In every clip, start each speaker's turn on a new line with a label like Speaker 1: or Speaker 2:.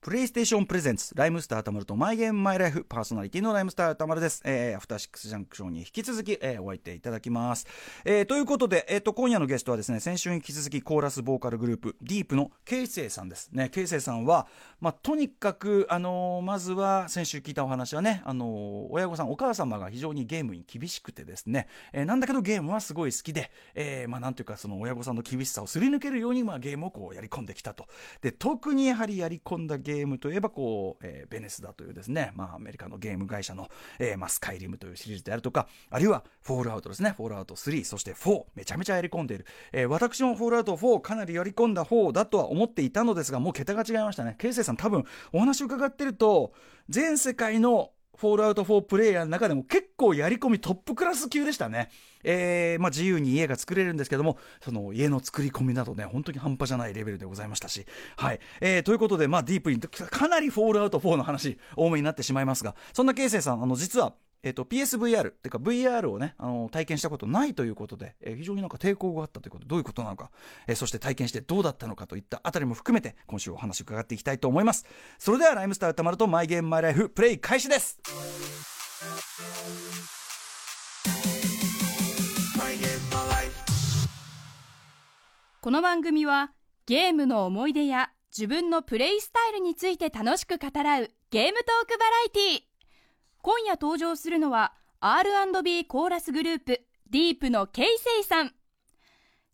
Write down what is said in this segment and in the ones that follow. Speaker 1: プレイステーションプレゼンツ、ライムスター歌丸とマイゲームマイライフ、パーソナリティのライムスター歌丸です。えー、アフターシックスジャンクションに引き続き、えー、お相手いただきます。えー、ということで、えっ、と、今夜のゲストはですね、先週に引き続きコーラスボーカルグループ、ディープのケイセイさんです。ね、ケイセイさんは、まあ、とにかく、あのーまずは、先週聞いたお話はね、あのー親御さん、お母様が非常にゲームに厳しくてですね、えー、なんだけどゲームはすごい好きで、えー、まあ、なんていうか、その親御さんの厳しさをすり抜けるように、まあ、ゲームをこう、やり込んできたと。で特にやはりやり込んだゲームといえばこう、えーベネスだというですね、まあ、アメリカのゲーム会社の、えーまあ、スカイリムというシリーズであるとかあるいはフォールアウトですねフォールアウト3そして4めちゃめちゃやり込んでいる、えー私もフォールアウト4かなりやり込んだ方だとは思っていたのですがもう桁が違いましたねケイセイさん多分お話を伺ってると全世界のフォールアウト4プレイヤーの中でも結構やり込みトップクラス級でしたね。えーまあ、自由に家が作れるんですけども、その家の作り込みなどね、本当に半端じゃないレベルでございましたし。はい。えーということで、まあ、ディープに、かなりフォールアウト4の話、多めになってしまいますが、そんなケイセイさん、あの、実は、えっと PSVR っていうか VR をねあの体験したことないということで、えー非常になんか抵抗があったということでどういうことなのか、えーそして体験してどうだったのかといったあたりも含めて今週お話を伺っていきたいと思いますそれではライムスター歌丸とマイゲームマイライフプレイ開始です
Speaker 2: この番組はゲームの思い出や自分のプレイスタイルについて楽しく語らうゲームトークバラエティー今夜登場するのは R&B コーラスグループディープのケイセイさん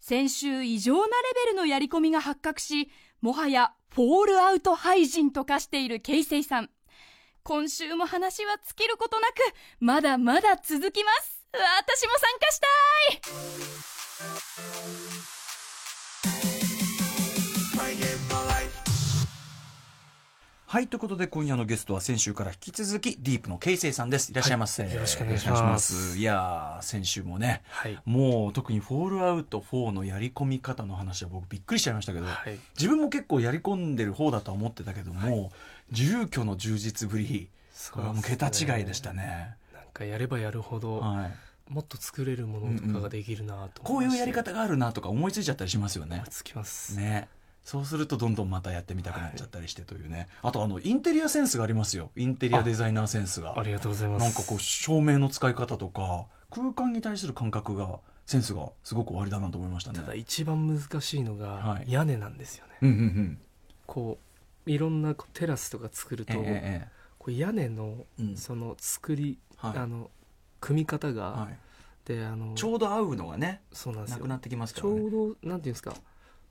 Speaker 2: 先週異常なレベルのやり込みが発覚しもはやフォールアウト廃人と化しているケイセイさん今週も話は尽きることなくまだまだ続きます私も参加したい
Speaker 1: はいということで今夜のゲストは先週から引き続きディープのケイセイさんですいらっしゃいませ、
Speaker 3: はいよろしくお願いします
Speaker 1: よろいやー先週もね
Speaker 3: はい。
Speaker 1: もう特にフォールアウト4のやり込み方の話は僕びっくりしちゃいましたけど、
Speaker 3: はい。
Speaker 1: 自分も結構やり込んでる方だとは思ってたけども、住居の充実ぶりこれはもう桁違いでしたね、
Speaker 3: なんかやればやるほど、
Speaker 1: はい、
Speaker 3: もっと作れるものとかができるなと
Speaker 1: こういうやり方
Speaker 3: が
Speaker 1: があるなとか思いついちゃったりしますよね
Speaker 3: つきます。
Speaker 1: ねそうするとどんどんまたやってみたくなっちゃったりしてというね、あとあのインテリアセンスがありますよインテリアデザイナーセンスが
Speaker 3: ありがとうございます。
Speaker 1: なんかこう照明の使い方とか空間に対する感覚がセンスがすごくおありだなと思いましたね
Speaker 3: ただ一番難しいの
Speaker 1: は
Speaker 3: が
Speaker 1: い
Speaker 3: 屋根なんですよね。
Speaker 1: うんうんうん
Speaker 3: こういろんなこうテラスとか作る
Speaker 1: え
Speaker 3: と、
Speaker 1: ええ
Speaker 3: こう屋根の
Speaker 1: えうん
Speaker 3: その作り、
Speaker 1: はい
Speaker 3: あの組み方が、
Speaker 1: はい
Speaker 3: であの
Speaker 1: ちょうど合うのがね
Speaker 3: そうなんです
Speaker 1: な
Speaker 3: よ
Speaker 1: く。なってきますか
Speaker 3: ち
Speaker 1: ら
Speaker 3: ょ
Speaker 1: ね
Speaker 3: うどなんていうんですか。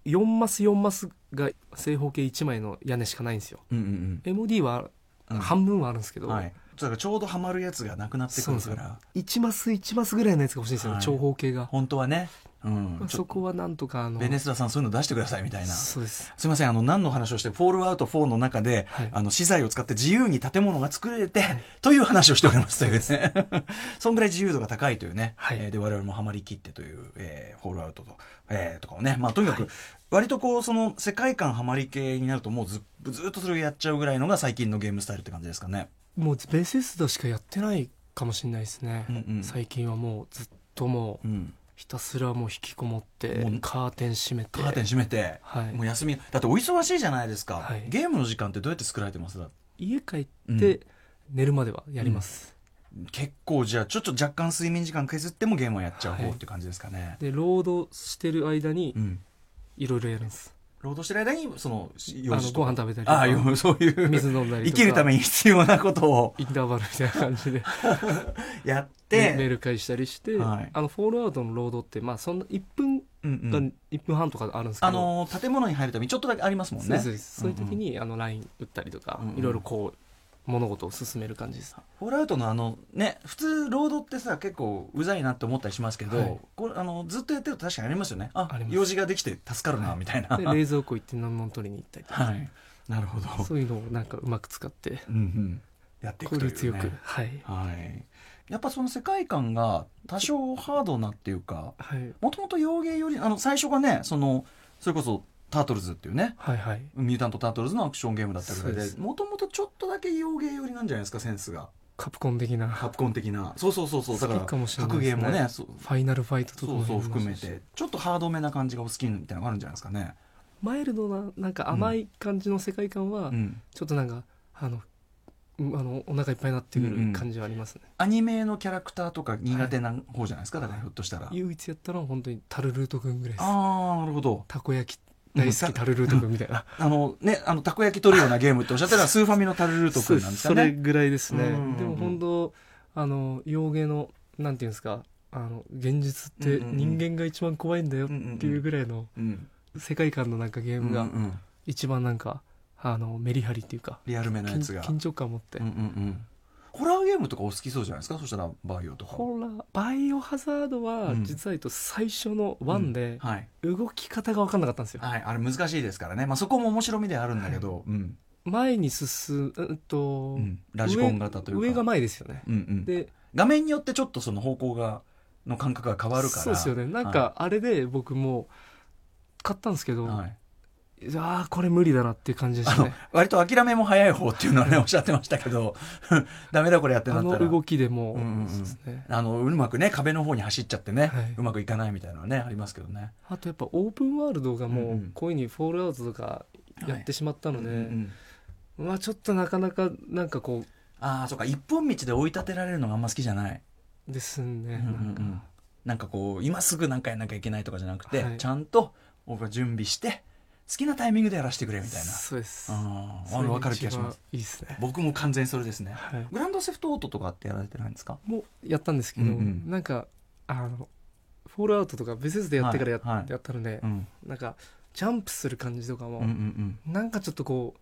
Speaker 3: 4マス4マスが正方形1枚の屋根しかないんですよ
Speaker 1: うんうん
Speaker 3: MD は
Speaker 1: うん
Speaker 3: 半分はあるんですけど、
Speaker 1: はい、だからちょうどハマるやつがなくなってくる
Speaker 3: そ
Speaker 1: か
Speaker 3: うなんです
Speaker 1: ら
Speaker 3: 1マス1マスぐらいのやつが欲しいんですよね、
Speaker 1: はい
Speaker 3: 長方形が、
Speaker 1: 本当はね、うん、ちょ
Speaker 3: そこはなんとかあの
Speaker 1: ベネスラさんそういうの出してくださいみたいなす
Speaker 3: そうです
Speaker 1: いませんあの何の話をしてフォールアウト4の中で、
Speaker 3: はい
Speaker 1: あの資材を使って自由に建物が作れて、という話をしておりますというねそんぐらい自由度が高いというね、
Speaker 3: はい
Speaker 1: えーで我々もハマりきってという、えーフォールアウトと,、えーとかをねまあとにかく、割とこうその世界観ハマり系になるともうずずっとそれをやっちゃうぐらいのが最近のゲームスタイルって感じですかね。
Speaker 3: もうベセスダしかやってないかもしれないですね、
Speaker 1: うんうん
Speaker 3: 最近はもうずっともう
Speaker 1: うん、
Speaker 3: ひたすらもう引きこもって
Speaker 1: もう
Speaker 3: カーテン閉めて
Speaker 1: カーテン閉めて、
Speaker 3: はい
Speaker 1: もう休みだってお忙しいじゃないですか、
Speaker 3: はい
Speaker 1: ゲームの時間ってどうやって作られてます
Speaker 3: 家帰って、
Speaker 1: うん
Speaker 3: 寝るまではやります、
Speaker 1: 結構じゃあちょっと若干睡眠時間削ってもゲームをやっちゃう
Speaker 3: は
Speaker 1: 方
Speaker 3: い
Speaker 1: っていう感じですかね、
Speaker 3: で労働してる間に
Speaker 1: うん
Speaker 3: いろいろやるんです、
Speaker 1: 労働してる間にその
Speaker 3: あ
Speaker 1: 用
Speaker 3: の
Speaker 1: 事と
Speaker 3: ご
Speaker 1: か
Speaker 3: 飯食べたりと
Speaker 1: あ
Speaker 3: か
Speaker 1: あよ そういう
Speaker 3: 水飲んだ
Speaker 1: 生
Speaker 3: りとか
Speaker 1: きるため
Speaker 3: に
Speaker 1: に必要なことを
Speaker 3: インターバルみたいな感じで
Speaker 1: やっ
Speaker 3: メメー
Speaker 1: て、
Speaker 3: ル返したりして、
Speaker 1: はい
Speaker 3: あのフォールアウトの労働ってまあそんな1
Speaker 1: う
Speaker 3: 分
Speaker 1: んうん
Speaker 3: が1分半とかあるんですけど、
Speaker 1: あの建物に入るためにちょっとだけありますもん
Speaker 3: そう
Speaker 1: ね
Speaker 3: ですそうですそういう時にあの LINE 打ったりとか、
Speaker 1: うんうん
Speaker 3: いろいろこう物事を進める感じです、
Speaker 1: フォールアウトのあのね普通ロードってさ結構うざいなって思ったりしますけど、
Speaker 3: はい
Speaker 1: これあのずっとやってると確かにありますよねあ
Speaker 3: あります
Speaker 1: 用事ができて助かるな、みたいな
Speaker 3: で冷蔵庫行って飲み物取りに 行ったりとか、
Speaker 1: はい、なるほど。
Speaker 3: そういうのをなんかうまく使って
Speaker 1: うんうん、やっていく
Speaker 3: 効
Speaker 1: という、ね、
Speaker 3: 率よく、はい、
Speaker 1: はい。やっぱその世界観が多少ハードなっていうか、
Speaker 3: はい、
Speaker 1: もともと洋芸よりあの最初がね、そのそれこそタートルズっていうね。
Speaker 3: はいはい
Speaker 1: ミュータント・タートルズのアクションゲームだったぐらい
Speaker 3: そう
Speaker 1: で
Speaker 3: です
Speaker 1: もともとちょっとだけ洋芸寄りなんじゃないですかセンスが
Speaker 3: カプコン的なフ
Speaker 1: カプコン的なそうそうそうそうだから
Speaker 3: 好きかもしれない
Speaker 1: 格
Speaker 3: で
Speaker 1: ゲ
Speaker 3: すね
Speaker 1: ーもねそう
Speaker 3: ァイナルファイトとか
Speaker 1: そ
Speaker 3: も
Speaker 1: うそう
Speaker 3: やりま
Speaker 1: 含め
Speaker 3: したして
Speaker 1: ちょっとハードめな感じがお好きみたいなのがあるんじゃないですかね
Speaker 3: マイルドななんか甘い感じの世界観は、
Speaker 1: うん
Speaker 3: ちょっとなんかあのうんあのお腹いっぱいになってく
Speaker 1: うんうん
Speaker 3: る感じはありますね、
Speaker 1: アニメのキャラクターとか苦手な方じゃないですか、だからひょっとしたら。
Speaker 3: 唯一やったのは本当にタルルート君ぐらいです
Speaker 1: ああ、なるほど。
Speaker 3: たこ焼き大
Speaker 1: うん
Speaker 3: 好
Speaker 1: さ
Speaker 3: きタルルート君みたいな
Speaker 1: あのね、あの、たこ焼き取るようなゲームっておっしゃったら、スーファミのタルルート君なんです
Speaker 3: そ
Speaker 1: か
Speaker 3: れ
Speaker 1: ね。
Speaker 3: ぐらいですね
Speaker 1: うんうんうん
Speaker 3: でも本当あの洋芸のなんていうんですかあの現実って
Speaker 1: うんうんうん
Speaker 3: 人間が一番怖いんだよっ
Speaker 1: うんうんうん
Speaker 3: ていうぐらいの
Speaker 1: うん。
Speaker 3: 世界観のなんかゲーム
Speaker 1: う
Speaker 3: が
Speaker 1: んうん
Speaker 3: 一番なんかあのメリハリっていうか
Speaker 1: リアルめのや
Speaker 3: 緊
Speaker 1: つが。
Speaker 3: 緊張感を持って、
Speaker 1: うんうんうん。ホラーゲームとかお好きそうじゃないですかそしたら、バイオとかも。
Speaker 3: ホラーバイオハザードは
Speaker 1: うん
Speaker 3: 実は言うと最初の1で
Speaker 1: はい。
Speaker 3: 動き方が分かんなかったんですよ、
Speaker 1: はい。あれ難しいですからね。まあ、そこも面白みではあるんだけど、うん。
Speaker 3: 前に進むうんと、
Speaker 1: うんラジコン型というか。
Speaker 3: 上上が前ですよね
Speaker 1: うんうん。
Speaker 3: で
Speaker 1: 画面によってちょっとその方向が、の感覚が変わるから。
Speaker 3: そうですよねなんかあれで僕もう買ったんですけど、
Speaker 1: はい、はい。
Speaker 3: いやーこれ無理だなっていう感じでし
Speaker 1: あ
Speaker 3: た
Speaker 1: の
Speaker 3: ね、
Speaker 1: 割と諦めも早い方っていうのはね、おっしゃってましたけど、 ダメだこれやって
Speaker 3: あ
Speaker 1: なった
Speaker 3: の
Speaker 1: ら。
Speaker 3: 動きでも、
Speaker 1: うんうんうん
Speaker 3: そうですね
Speaker 1: あのうまくね壁の方に走っちゃってね、
Speaker 3: はいう
Speaker 1: まくいかないみたいなのはねありますけどね。
Speaker 3: あとやっぱオープンワールドが
Speaker 1: うんう
Speaker 3: も
Speaker 1: ん
Speaker 3: うこういうふうにフォールアウトとかやってしまったの
Speaker 1: う
Speaker 3: で、
Speaker 1: んうん
Speaker 3: まあちょっとなかなかなんかこ
Speaker 1: ああそうか一本道で追い立てられるのがあんま好きじゃない。
Speaker 3: うですね、
Speaker 1: うんうんうん
Speaker 3: なんか
Speaker 1: なんかこう今すぐ何かやんなきゃいけないとかじゃなくて、
Speaker 3: はい
Speaker 1: ちゃんと僕が準備して好きなタイミングでやらせてくれみたいな。
Speaker 3: そうです、
Speaker 1: あ
Speaker 3: そ
Speaker 1: ーあ
Speaker 3: れ
Speaker 1: の
Speaker 3: が
Speaker 1: 分かる気がします。
Speaker 3: 一番いいですね、
Speaker 1: 僕も完全にそれですね。
Speaker 3: はい、
Speaker 1: グランドセフトオートとかってやられてないんですか？
Speaker 3: もうやったんですけど、
Speaker 1: うんうん
Speaker 3: なんかあのフォールアウトとか別々でやってからや,、
Speaker 1: はいはい
Speaker 3: やったので
Speaker 1: う、ん
Speaker 3: なんかジャンプする感じとかも、
Speaker 1: うんうん
Speaker 3: なんかちょっとこ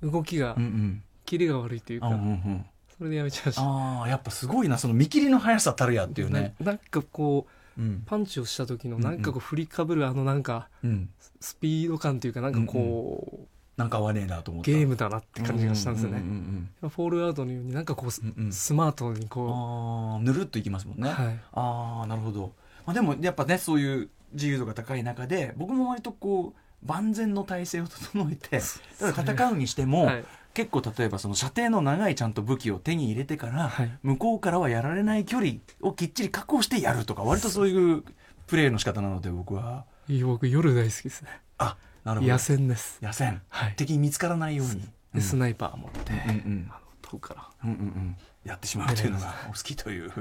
Speaker 3: う動きが
Speaker 1: うんうんうん
Speaker 3: キレが悪いという
Speaker 1: う
Speaker 3: か、
Speaker 1: んうんうん。
Speaker 3: それでやめちゃいました
Speaker 1: ああやっぱすごいなその見切りの速さたるやっていうね。
Speaker 3: ななんかこう
Speaker 1: うん
Speaker 3: パンチをした時の
Speaker 1: うんうん
Speaker 3: なんかこう振りかぶるあのなんか
Speaker 1: うん。
Speaker 3: スピード感というかなんかこう、
Speaker 1: なんか合わねえなと思った。
Speaker 3: ゲームだなって感じがしたんですよね、
Speaker 1: ううん
Speaker 3: フォールアウトのようになんかこう、
Speaker 1: うんうんうんうん
Speaker 3: スマートにこ
Speaker 1: ああぬるっといきますもん
Speaker 3: う、
Speaker 1: ね。
Speaker 3: はい、
Speaker 1: ああなるほど。まあでもやっぱねそういう自由度が高い中で僕も割とこう万全の体制を整えてだから戦うにしても、
Speaker 3: はい
Speaker 1: 結構例えばその射程の長いちゃんと武器を手に入れてから、
Speaker 3: はい
Speaker 1: 向こうからはやられない距離をきっちり確保してやるとか割とそういうプレーの仕方なので僕は。
Speaker 3: いい僕夜大好きですね
Speaker 1: あなるほど。
Speaker 3: 野戦です、
Speaker 1: 野戦
Speaker 3: はい
Speaker 1: 敵に見つからないように。
Speaker 3: でスナイパー持って、
Speaker 1: うんうん
Speaker 3: あの遠くから
Speaker 1: うんうんうん、やってしまうというのがお好きという、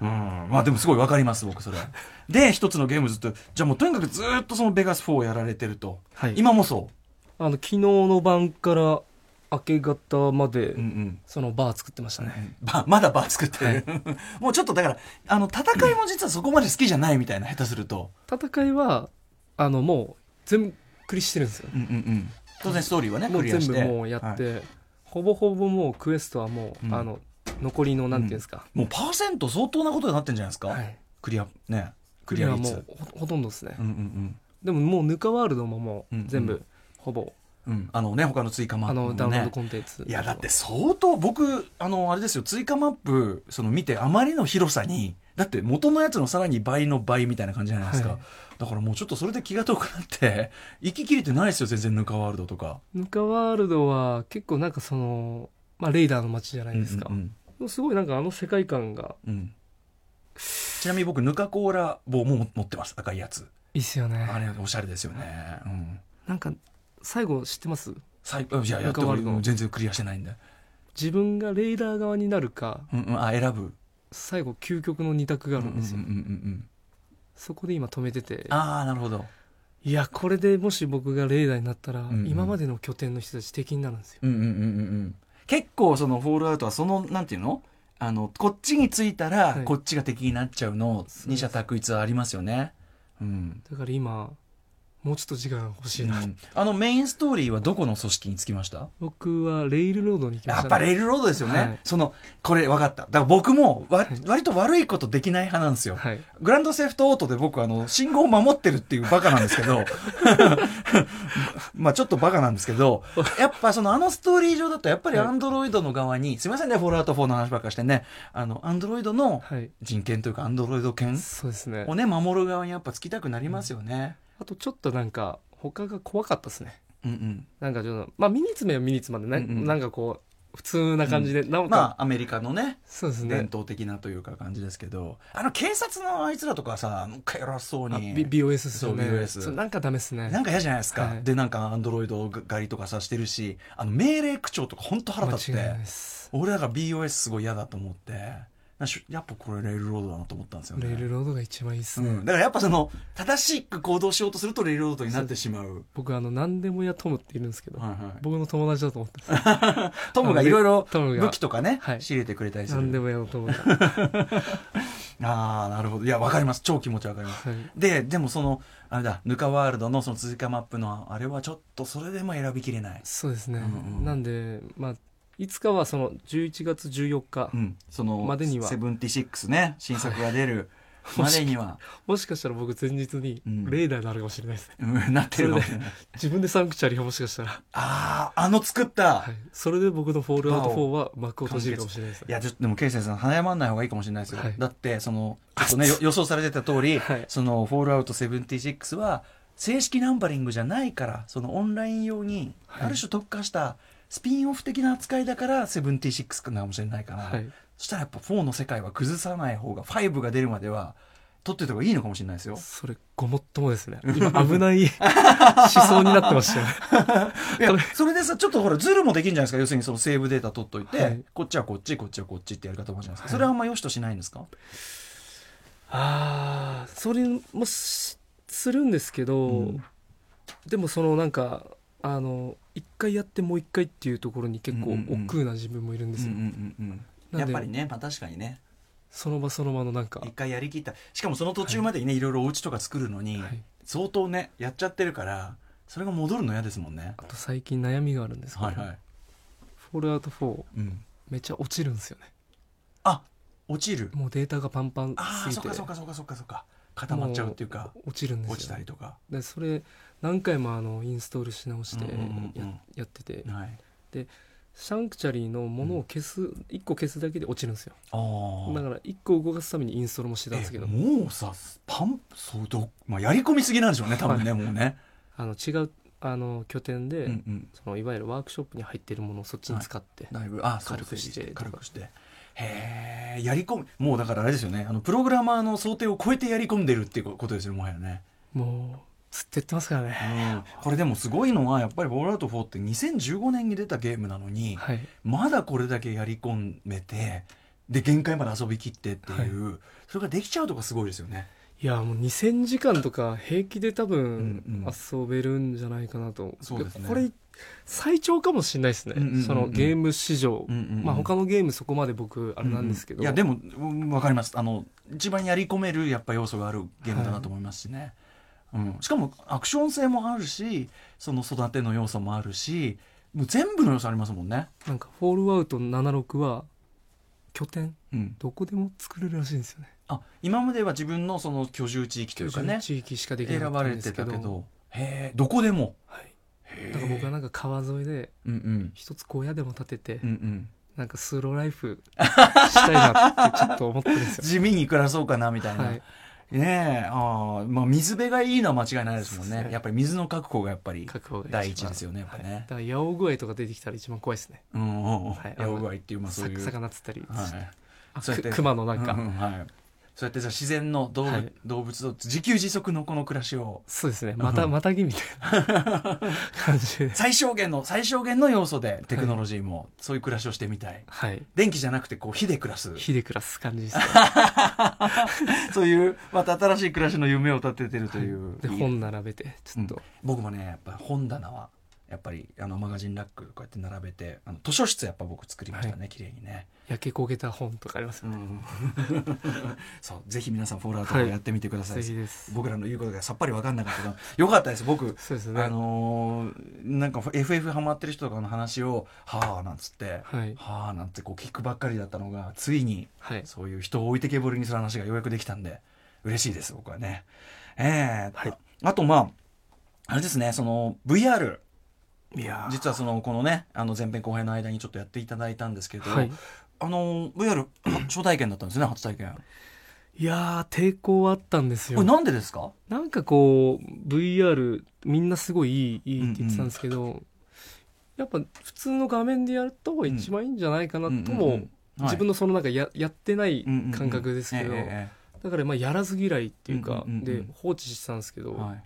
Speaker 1: うん、まあでもすごいわかります僕それで一つのゲームずっとじゃあもうとにかくずっとそのベガス4をやられてると、
Speaker 3: はい
Speaker 1: 今もそ
Speaker 3: あの昨日の晩から明け方まで、
Speaker 1: う、うん
Speaker 3: そのバー作ってましたね、
Speaker 1: バまだバー作ってる、 もうちょっとだからあの戦いも実はそこまで好きじゃないみたいな下手すると、
Speaker 3: 戦いはあのもう全クリしてるんですよ
Speaker 1: うんうんうん、当然ストーリーはね
Speaker 3: も
Speaker 1: ク
Speaker 3: う
Speaker 1: リア
Speaker 3: 全
Speaker 1: して
Speaker 3: 部もうやって、
Speaker 1: はい
Speaker 3: ほぼほぼもうクエストはもう、
Speaker 1: うん
Speaker 3: あの残りのなんていうんですか、
Speaker 1: もうパーセント相当なことになってんじゃないですか、
Speaker 3: はい
Speaker 1: クリアねク
Speaker 3: ク
Speaker 1: リ
Speaker 3: リア
Speaker 1: ア
Speaker 3: は
Speaker 1: 率
Speaker 3: もうほほとんどですね、
Speaker 1: うんうん
Speaker 3: でももうぬかワールドももう
Speaker 1: うん
Speaker 3: 全
Speaker 1: う
Speaker 3: 部ほぼ、
Speaker 1: うんうんあのね他の追加マッ
Speaker 3: あ
Speaker 1: プも、ね、
Speaker 3: のダウンロードコンテンツ
Speaker 1: いやだって相当僕あのあれですよ追加マップその見てあまりの広さにだって元のやつのさらに倍の倍みたいな感じじゃないですか、
Speaker 3: はい
Speaker 1: だからもうちょっとそれで気が遠くなって 息切れてないですよ全然ぬかワールドとか
Speaker 3: ぬかワールドは結構なんかその、まあ、レイダーの街じゃないですか、
Speaker 1: うんうん
Speaker 3: もうすごいなんかあの世界観が
Speaker 1: うんうんちなみに僕ぬかコーラ棒も持ってます赤いやつ
Speaker 3: いいっすよね
Speaker 1: あれおしゃれですよね、うん、
Speaker 3: なんか最後知ってます
Speaker 1: 最いやいや
Speaker 3: ぬ
Speaker 1: って
Speaker 3: かワールド
Speaker 1: も全然クリアしてないんで、
Speaker 3: 自分がレイダー側になるか
Speaker 1: うんうん、あ選ぶ
Speaker 3: 最後究極の二択があるんですよ、
Speaker 1: うんうんうんうん
Speaker 3: そこで今止めてて
Speaker 1: ああなるほど
Speaker 3: いやこれでもし僕がレーダーになったら、
Speaker 1: んうん
Speaker 3: 今までの拠点の人たち敵になるんですよ
Speaker 1: うんうんうんうんうん結構そのフォールアウトはそのなんていうのあのこっちについたら
Speaker 3: はい
Speaker 1: こっちが敵になっちゃうの
Speaker 3: そう
Speaker 1: 二者択一はありますよね。うん
Speaker 3: だから今もうちょっと時間欲し
Speaker 1: う
Speaker 3: いな、
Speaker 1: んあのメインストーリーはどこの組織につきました
Speaker 3: 僕はレイルロードに行きま
Speaker 1: や
Speaker 3: した、
Speaker 1: っぱレールロードですよね、
Speaker 3: はい
Speaker 1: そのこれ分かっただから僕もわ
Speaker 3: はい
Speaker 1: 割と悪いことできない派なんですよ、
Speaker 3: はい
Speaker 1: グランドセーフトオートで僕あの信号を守ってるっていうバカなんですけど まあちょっとバカなんですけどやっぱそのあのストーリー上だとやっぱり
Speaker 3: はい
Speaker 1: アンドロイドの側に、すいませんねフォールアウト4の話ばっかりしてねあのアンドロイドの
Speaker 3: はい
Speaker 1: 人権というかアンドロイド権
Speaker 3: そうですね
Speaker 1: をね守る側にやっぱつきたくなりますよね。
Speaker 3: あとちょっとなんか他が怖かったですね
Speaker 1: うんうん
Speaker 3: なんかちょっとまあミニツメはミニツまでね、
Speaker 1: うんうん
Speaker 3: なんかこう普通な感じで、なんか、
Speaker 1: まあアメリカのね
Speaker 3: そうです
Speaker 1: 伝
Speaker 3: ね
Speaker 1: 統的なというか感じですけどあの警察のあいつらとかさなんか偉そう
Speaker 3: あ
Speaker 1: に
Speaker 3: B- BOS ですよね
Speaker 1: そう BOS
Speaker 3: そうなんかダメですね
Speaker 1: なんか嫌じゃないですか、
Speaker 3: はい
Speaker 1: でなんかアンドロイド狩りとかさしてるしあの命令口調とか本当腹立っ
Speaker 3: 間違い
Speaker 1: て
Speaker 3: ないです
Speaker 1: 俺だから BOS すごい嫌だと思ってなんかしやっぱこれレールロードだなと思ったんですよね
Speaker 3: レールロードが一番いいですね、
Speaker 1: うん、だからやっぱその正しく行動しようとするとレールロードになってしまう、
Speaker 3: 僕あの何でも屋トムっているんですけど、
Speaker 1: はいはい、
Speaker 3: 僕の友達だと思ってます
Speaker 1: トムがいろいろ
Speaker 3: トムが
Speaker 1: 武器とかね、
Speaker 3: はい
Speaker 1: 仕入れてくれたりす
Speaker 3: 何で
Speaker 1: る
Speaker 3: も屋の友達、
Speaker 1: ああなるほどいやわかります超気持ちわかります
Speaker 3: はい、
Speaker 1: ででもそのあれだぬかワールドのその続かマップのあれはちょっとそれでも選びきれない、
Speaker 3: そうですね、
Speaker 1: うんうん
Speaker 3: なんでまあいつかはその11月14日、
Speaker 1: うん、その
Speaker 3: までには
Speaker 1: セブンティシックスね新作が出るまでには、
Speaker 3: もしかしたら僕前日に
Speaker 1: うん
Speaker 3: レーダーになるかもしれないですね、
Speaker 1: うん、なってるかもしれない
Speaker 3: 自分でサンクチャリをもしかしたら、
Speaker 1: あああの作った、
Speaker 3: はい
Speaker 1: い、
Speaker 3: それで僕の「フォールアウト4」は幕を閉じるかもしれないですね
Speaker 1: やちょっとでもケイセイさん早まんない方がいいかもしれないですよ、
Speaker 3: はい
Speaker 1: だってそのちょっとねよ予想されてた通り、
Speaker 3: はい
Speaker 1: その「フォールアウト76」は正式ナンバリングじゃないからそのオンライン用に
Speaker 3: はい
Speaker 1: ある種特化したスピンオフ的な扱いだから76かもしれないかな、
Speaker 3: はい
Speaker 1: そしたらやっぱ4の世界は崩さない方が5が出るまでは取ってた方がいいのかもしれないですよ
Speaker 3: それごもっともですね今危ない思想になってましたよね
Speaker 1: い やそれでさちょっとほらズルもできるんじゃないですか要するにそのセーブデータ取っといて、
Speaker 3: はい
Speaker 1: こっちはこっちこっちはこっちってやり方もあるじゃないですか、
Speaker 3: はい
Speaker 1: それはあんま良しとしないんですか、
Speaker 3: ああそれもしするんですけど、
Speaker 1: うん
Speaker 3: でもそのなんかあの一回やってもう一回っていうところに結構
Speaker 1: うんうんうん
Speaker 3: 億劫な自分もいるんですよ、
Speaker 1: んうん
Speaker 3: なんで
Speaker 1: やっぱりね、まあ、確かにね
Speaker 3: その場その場のなんか
Speaker 1: 一回やりきったしかもその途中までにね、い、ろいろお家とか作るのに、
Speaker 3: はい
Speaker 1: 相当ねやっちゃってるからそれが戻るの嫌ですもんね
Speaker 3: あと最近悩みがあるんですけど、
Speaker 1: はいはい、
Speaker 3: フォールアウト4
Speaker 1: うん、
Speaker 3: めっちゃ落ちるんですよね
Speaker 1: あ落ちる
Speaker 3: もうデータがパンパン
Speaker 1: ああ
Speaker 3: す
Speaker 1: そって
Speaker 3: ぎ
Speaker 1: かそっかそっかそっかそっか固まっちゃうっていうか
Speaker 3: 落ちるんですよ
Speaker 1: 落ちたりとか
Speaker 3: でそれ何回もあのインストールし直してや,、
Speaker 1: うんうんうんうん
Speaker 3: やってて
Speaker 1: はい
Speaker 3: シャンクチャリーのものを消す、一個消すだけで落ちるんですよ
Speaker 1: あ
Speaker 3: だ
Speaker 1: あ
Speaker 3: から一個動かすためにインストールもしてたんですけど
Speaker 1: もうさパンそうど、まあ、やり込みすぎなんでしょうね多分ね、もうね、
Speaker 3: あの違うあの拠点で、
Speaker 1: うんうん、
Speaker 3: そのいわゆるワークショップに入ってるものをそっちに使って、
Speaker 1: だいぶあ
Speaker 3: 軽くして
Speaker 1: そうそう軽くしてへえやり込みもうだからあれですよねあのプログラマーの想定を超えてやり込んでるっていうことですよねもはやね、
Speaker 3: もう釣ってやってますからね、
Speaker 1: これでもすごいのはやっぱり「ボールアウト4」って2015年に出たゲームなのに、
Speaker 3: はい
Speaker 1: まだこれだけやり込めてで限界まで遊びきってっていう、それができちゃうとかすごいですよね
Speaker 3: いやもう2000時間とか平気で多
Speaker 1: うん
Speaker 3: 分
Speaker 1: うん
Speaker 3: 遊べるんじゃないかなと、
Speaker 1: そうですね
Speaker 3: これ最長かもしれないですね、
Speaker 1: うんうんうんうん
Speaker 3: そのゲーム史上、
Speaker 1: うんうんうん
Speaker 3: まあ他のゲームそこまで僕あれなんですけど、
Speaker 1: いやでも、うんわかりますあの一番やり込めるやっぱ要素があるゲームだなと思いますしね、うん、しかもアクション性もあるしその育ての要素もあるしもう全部の要素ありますもんね、
Speaker 3: なんか「フォールアウト76」は拠点
Speaker 1: うん、
Speaker 3: どこでも作れるらしいんですよね
Speaker 1: あ今までは自分のその居住地域というかね
Speaker 3: 地域しかできなか
Speaker 1: 選
Speaker 3: っ
Speaker 1: ば
Speaker 3: たん
Speaker 1: れ
Speaker 3: で
Speaker 1: て
Speaker 3: すけ
Speaker 1: た
Speaker 3: ど
Speaker 1: けどへえどこでも
Speaker 3: はい、
Speaker 1: へ
Speaker 3: だから僕はなんか川沿いで
Speaker 1: うんうん
Speaker 3: 一つ小屋でも建てて、
Speaker 1: うんうん、
Speaker 3: なんかスローライフしたいなってちょっと思ってる んですよ。
Speaker 1: 地味に暮らそうかなみたいな、
Speaker 3: はい、
Speaker 1: ねえあー、まあ、水辺がいいのは間違いないですもん
Speaker 3: そう
Speaker 1: ね
Speaker 3: ですね
Speaker 1: やっぱり水の確保がやっぱり
Speaker 3: 覚悟が
Speaker 1: 第一ですよねやっぱね
Speaker 3: はいだから八百声とか出てきたら一番怖いですね。
Speaker 1: うんうんうん
Speaker 3: はい
Speaker 1: ヤオガイっていうまあそう
Speaker 3: さ
Speaker 1: いう
Speaker 3: 魚釣ったり、
Speaker 1: はい
Speaker 3: あ
Speaker 1: そうやって
Speaker 3: く熊のなんか、
Speaker 1: ううんはい、そうやってさ自然の動物,、
Speaker 3: はい
Speaker 1: 動物と自給自足のこの暮らしを
Speaker 3: そうですねまたまたぎみたいな感じ で、
Speaker 1: 最小限の最小限の要素でテクノロジーもそういう暮らしをしてみたい、
Speaker 3: はい、
Speaker 1: 電気じゃなくてこう火で暮らす
Speaker 3: 火で暮らす感じですね、
Speaker 1: そういうまた新しい暮らしの夢を立ててるという、
Speaker 3: で
Speaker 1: いい
Speaker 3: 本並べてちょっと、
Speaker 1: うん僕もねやっぱ本棚はやっぱりあのマガジンラックこうやって並べてあの図書室やっぱ僕作りましたね、綺麗にね、
Speaker 3: 焼け焦げた本とかありますよね。
Speaker 1: そうぜひ皆さんフォールアウトをやってみてください、
Speaker 3: ぜひです。
Speaker 1: 僕らの言うことがさっぱり分かんなかったからよかったです僕
Speaker 3: そうですね。
Speaker 1: あのーなんか FF ハマってる人とかの話を「はあ」なんつって「
Speaker 3: はい
Speaker 1: はあ」なんてこう聞くばっかりだったのがついに
Speaker 3: はい。
Speaker 1: そういう人を置いてけぼりにする話がようやくできたんで嬉しいです僕はね。ええ
Speaker 3: はい
Speaker 1: ああとまああれですねその VR
Speaker 3: いや
Speaker 1: 実はそのこのねあの前編後編の間にちょっとやっていただいたんですけど、
Speaker 3: はい。
Speaker 1: あの VR 初体験だったんですね初体験。
Speaker 3: いやー抵抗はあったんですよ。
Speaker 1: これなんでですか
Speaker 3: なんかこう VR みんなすごいいいいいって言ってたんですけど、やっぱ普通の画面でやると一番いいんじゃないかなとも、自分
Speaker 1: の
Speaker 3: のそのなんかややってない感覚ですけど、
Speaker 1: え
Speaker 3: だからまあやらず嫌いっていうか、
Speaker 1: うんうんうんうん
Speaker 3: で放置してたんですけど、
Speaker 1: えはい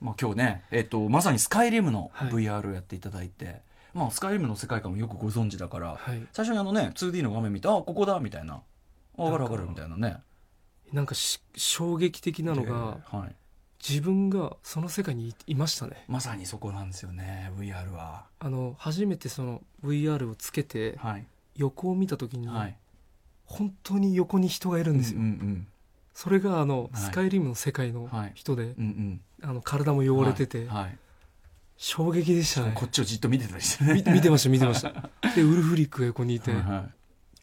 Speaker 1: まあ、今日ね、えっと、まさにスカイリムの
Speaker 3: はい
Speaker 1: VR をやっていただいて、まあ、スカイリムの世界観もよくご存知だから、
Speaker 3: はい
Speaker 1: 最初にあのね 2D の画面見てあここだみたいなあわかるわ
Speaker 3: だから
Speaker 1: かるみたいなね
Speaker 3: なんかし衝撃的なのが、
Speaker 1: ではい、
Speaker 3: 自分がその世界にいいましたね
Speaker 1: まさにそこなんですよね VR は
Speaker 3: あの初めてその VR をつけて
Speaker 1: はい
Speaker 3: 横を見た時に、
Speaker 1: はい
Speaker 3: 本当に横に人がいるんですよ、
Speaker 1: うん
Speaker 3: それがあ
Speaker 1: は
Speaker 3: の、
Speaker 1: い
Speaker 3: スカイリムの世界の
Speaker 1: はい
Speaker 3: 人で、
Speaker 1: うんうん
Speaker 3: あの体も
Speaker 1: うん
Speaker 3: 汚れてて、
Speaker 1: はいはい
Speaker 3: 衝撃でしたね
Speaker 1: こっちをじっと見てたりしてね
Speaker 3: 見見てました見て ましたでウルフリックが横にいて、
Speaker 1: はいはい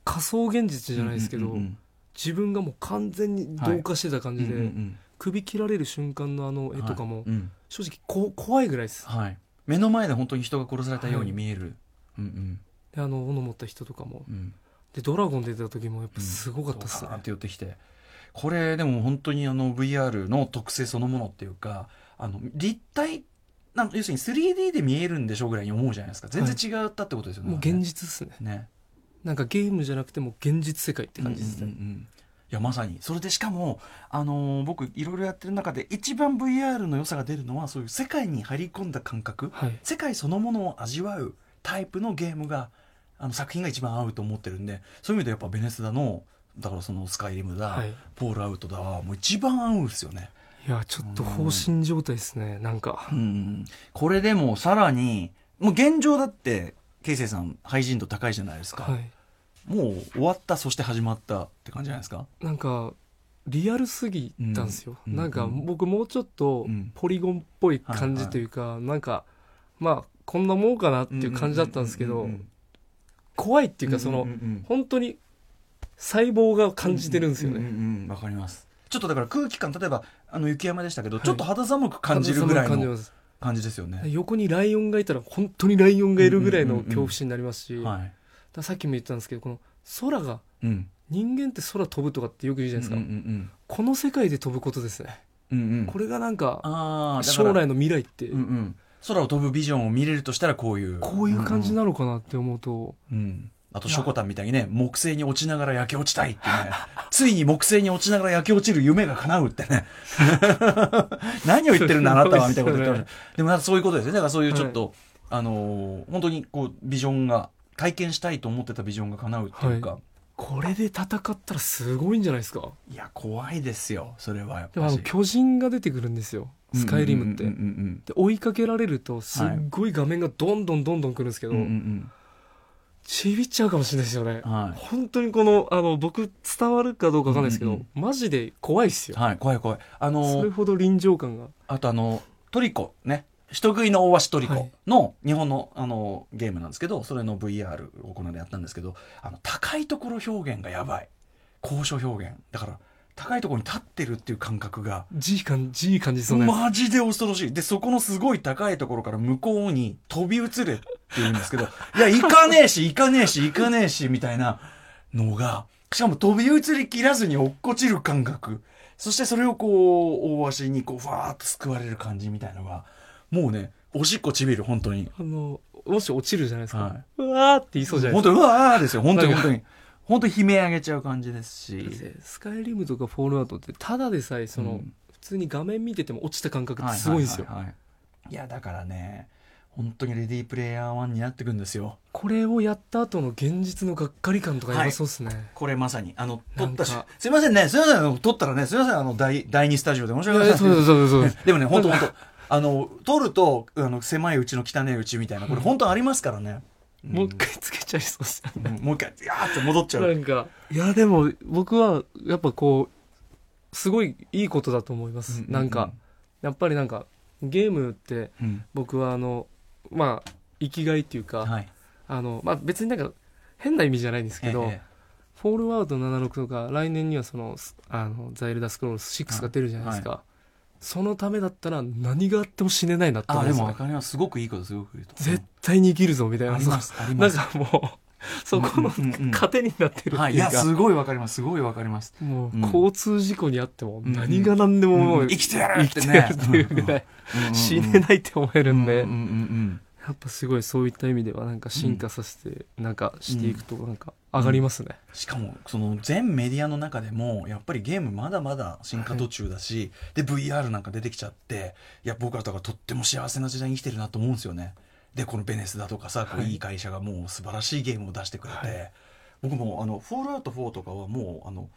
Speaker 3: 仮想現実じゃないですけど、
Speaker 1: うんうんうん
Speaker 3: 自分がもう完全に同化してた感じで、
Speaker 1: うんうん
Speaker 3: 首切られる瞬間のあの
Speaker 1: うん
Speaker 3: 絵とかも、
Speaker 1: はいうん
Speaker 3: 正直こ怖いぐらいです
Speaker 1: はい目の前で本当に人が殺されたように見えるうん
Speaker 3: であの斧持った人とかも
Speaker 1: うんうん
Speaker 3: でドラゴン出てた時もやっぱすごかったっす
Speaker 1: ド
Speaker 3: ね
Speaker 1: カ、ーンって寄ってきてこれでも本当にあの VR の特性そのものっていうかあの立体なん要するに 3D で見えるんでしょうぐらいに思うじゃないですか全然違ったってことですよね、
Speaker 3: もう現実っすね
Speaker 1: ね
Speaker 3: なんかゲームじゃなくてもう現実世界って感じですね、
Speaker 1: うんうんうんうんいやまさにそれでしかも、あのー僕いろいろやってる中で一番 VR の良さが出るのはそういう世界に入り込んだ感覚
Speaker 3: はい
Speaker 1: 世界そのものを味わうタイプのゲームがあの作品が一番合うと思ってるんでそういう意味でやっぱベネスダのだからそのスカイリムだ、
Speaker 3: はい
Speaker 1: ポールアウトだはもう一番合うんですよね、
Speaker 3: いやちょっと放心状態ですねなんか
Speaker 1: うん、これでもさらにもう現状だってケイセイさん配信度高いじゃないですか、
Speaker 3: はい
Speaker 1: もう終わったそして始まったって感じじゃないですか
Speaker 3: なんかリアルすぎたんですよ、
Speaker 1: うん
Speaker 3: なんか
Speaker 1: うん
Speaker 3: 僕もうちょっと
Speaker 1: うん
Speaker 3: ポリゴンっぽい感じというか、なんかまあこんなもんかなっていう感じだったんですけ
Speaker 1: うん
Speaker 3: ど、
Speaker 1: うんうんうんうん
Speaker 3: 怖いっていうかその、
Speaker 1: うんうんうん
Speaker 3: 本当に細胞が感じてるんですよね、
Speaker 1: うううんうんわかりますちょっとだから空気感例えばあの雪山でしたけど、
Speaker 3: はい
Speaker 1: ちょっと肌寒く感じるぐらい
Speaker 3: 感じ
Speaker 1: の
Speaker 3: ます
Speaker 1: 感じですよね
Speaker 3: 横にライオンがいたら本当にライオンがいるぐらいの恐怖心になりますし、だか
Speaker 1: はい
Speaker 3: らさっきも言ったんですけどこの空が
Speaker 1: うん
Speaker 3: 人間って空飛ぶとかってよく言うじゃないで
Speaker 1: う
Speaker 3: すか、
Speaker 1: んうん
Speaker 3: この世界で飛ぶことですね
Speaker 1: うんうんうん
Speaker 3: これがなんか
Speaker 1: ああだから
Speaker 3: 将来の未来って
Speaker 1: うんうん空を飛ぶビジョンを見れるとしたらこういう
Speaker 3: こういう感じなのかなって思うと、
Speaker 1: うん、あと、ショコタンみたいにね、木星に落ちながら焼け落ちたいっていうね、ついに木星に落ちながら焼け落ちる夢が叶うってね、 何を言ってるんだ、あなたはみたいなこと言ってました。でも、そういうことですよね。だから、そういうちょっと、あのー本当にこう、ビジョンが、体験したいと思ってたビジョンが叶うっていうか、
Speaker 3: これで戦ったらすごいんじゃないですか
Speaker 1: い、や、怖いですよ、それはやっ
Speaker 3: でも
Speaker 1: ぱ
Speaker 3: あの
Speaker 1: り。
Speaker 3: 巨人が出てくるんですよスカイリムって、
Speaker 1: うんうん
Speaker 3: で追いかけられるとすっごい画面がどんどんどんどん来るんですけ
Speaker 1: う
Speaker 3: ど、
Speaker 1: んうんうん
Speaker 3: ちびっちゃうかもしれないですよね
Speaker 1: うんはい。
Speaker 3: 本当にこのあの僕伝わるかどうかわかんないですけど、
Speaker 1: うんうん
Speaker 3: マジで怖いっすよ、
Speaker 1: はい、怖い怖い。あのー
Speaker 3: それほど臨場感が
Speaker 1: あとあの、トリコね。人食いの大鷲トリ
Speaker 3: は
Speaker 1: コ
Speaker 3: い
Speaker 1: の日本のあのゲームなんですけど、それの VR をこの間やったんですけど、あの、高いところ表現がやばい。高所表現。だから、高いところに立ってるっていう感覚が、
Speaker 3: G 感 G 感じそうなや
Speaker 1: マジで恐ろしい。で、そこのすごい高いところから向こうに飛び移れって言うんですけど、 いや、行かねえし、行かねえし、行かねえし、みたいなのが、しかも飛び移り切らずに落っこちる感覚。そしてそれをこう、大足にこう、ふわーっと救われる感じみたいのが、もうね、おしっこちびる、本当に。
Speaker 3: つあのもし落ちるじゃないですか、
Speaker 1: は
Speaker 3: うわーって言いそうじゃない
Speaker 1: 本
Speaker 3: で
Speaker 1: 当に、うわーですよ、本当に、
Speaker 3: な
Speaker 1: 本
Speaker 3: んか
Speaker 1: 当に。本当に悲鳴上げちゃう感じです
Speaker 3: すか
Speaker 1: し。
Speaker 3: スカイリムとかフォールアウトってただでさえその、
Speaker 1: うん
Speaker 3: 普通に画面見てても落ちた感覚ってすごいんですよ、
Speaker 1: はははいはいいや、だからね、本当にレディープレイヤー1になってくんですよ。
Speaker 3: これをやった後の現実のがっかり感とかやばそうっすね、
Speaker 1: これまさに、あの、撮ったし
Speaker 3: なんか、
Speaker 1: すいませんね、すいませんあの、撮ったらね、すいません、あの、第、第二スタジオで申し
Speaker 3: い
Speaker 1: 訳
Speaker 3: や
Speaker 1: ご
Speaker 3: い
Speaker 1: ざい
Speaker 3: や
Speaker 1: ませ。
Speaker 3: そうんですそうです そうです
Speaker 1: でもね、本当本当あの、撮ると、あの、狭いうちの汚いうちみたいな、これ本当ありますからね。ん
Speaker 3: もう一回つけちゃい そうっすね
Speaker 1: うんもう一回、いやーって戻っちゃ
Speaker 3: な
Speaker 1: う。
Speaker 3: んかいやでも僕はやっぱこうすごいいいことだと思います、なんかやっぱりなんかゲームって
Speaker 1: うん、
Speaker 3: 僕はあのまあ生きがいっていうか、
Speaker 1: はい。
Speaker 3: あのまあ別になんか変な意味じゃないんですけど「
Speaker 1: ええ
Speaker 3: フォールアウト76」とか来年にはそのすあのザイルダースクロール6が出るじゃないですか、そのためだったら何があっても死ねないなって
Speaker 1: あ
Speaker 3: 思
Speaker 1: ー、
Speaker 3: う
Speaker 1: で
Speaker 3: んです
Speaker 1: も
Speaker 3: よ
Speaker 1: わ
Speaker 3: ね
Speaker 1: かります。すごくいいこと、すごくいいこと。
Speaker 3: 絶対に生きるぞみたい
Speaker 1: あ
Speaker 3: な
Speaker 1: ります、ありま
Speaker 3: なん
Speaker 1: す。
Speaker 3: かもうそこの
Speaker 1: うんうんうん
Speaker 3: 糧になってるっていうか、
Speaker 1: はい、いや、すごいわかります、すごいわかります。
Speaker 3: も
Speaker 1: うん
Speaker 3: う交通事故にあっても
Speaker 1: うん
Speaker 3: 何が何でもも
Speaker 1: う
Speaker 3: うん
Speaker 1: 生きてやるっ
Speaker 3: 生
Speaker 1: て
Speaker 3: きて
Speaker 1: ね
Speaker 3: やるっていうぐらい。死ね
Speaker 1: い
Speaker 3: ないって思えるん
Speaker 1: う
Speaker 3: で
Speaker 1: んうんうん
Speaker 3: やっぱすごいそういった意味ではなんか進化させて、なんかしていくとなんか上がりますね、
Speaker 1: しかもその全メディアの中でもやっぱりゲームまだまだ進化途中だし、で VR なんか出てきちゃっていや僕らとかとっても幸せな時代に生きてるなと思うんですよねでこのベネスだとかさこういい会社がもう素晴らしいゲームを出してくれて、僕もあの「フォールアウト4」とかはもうあの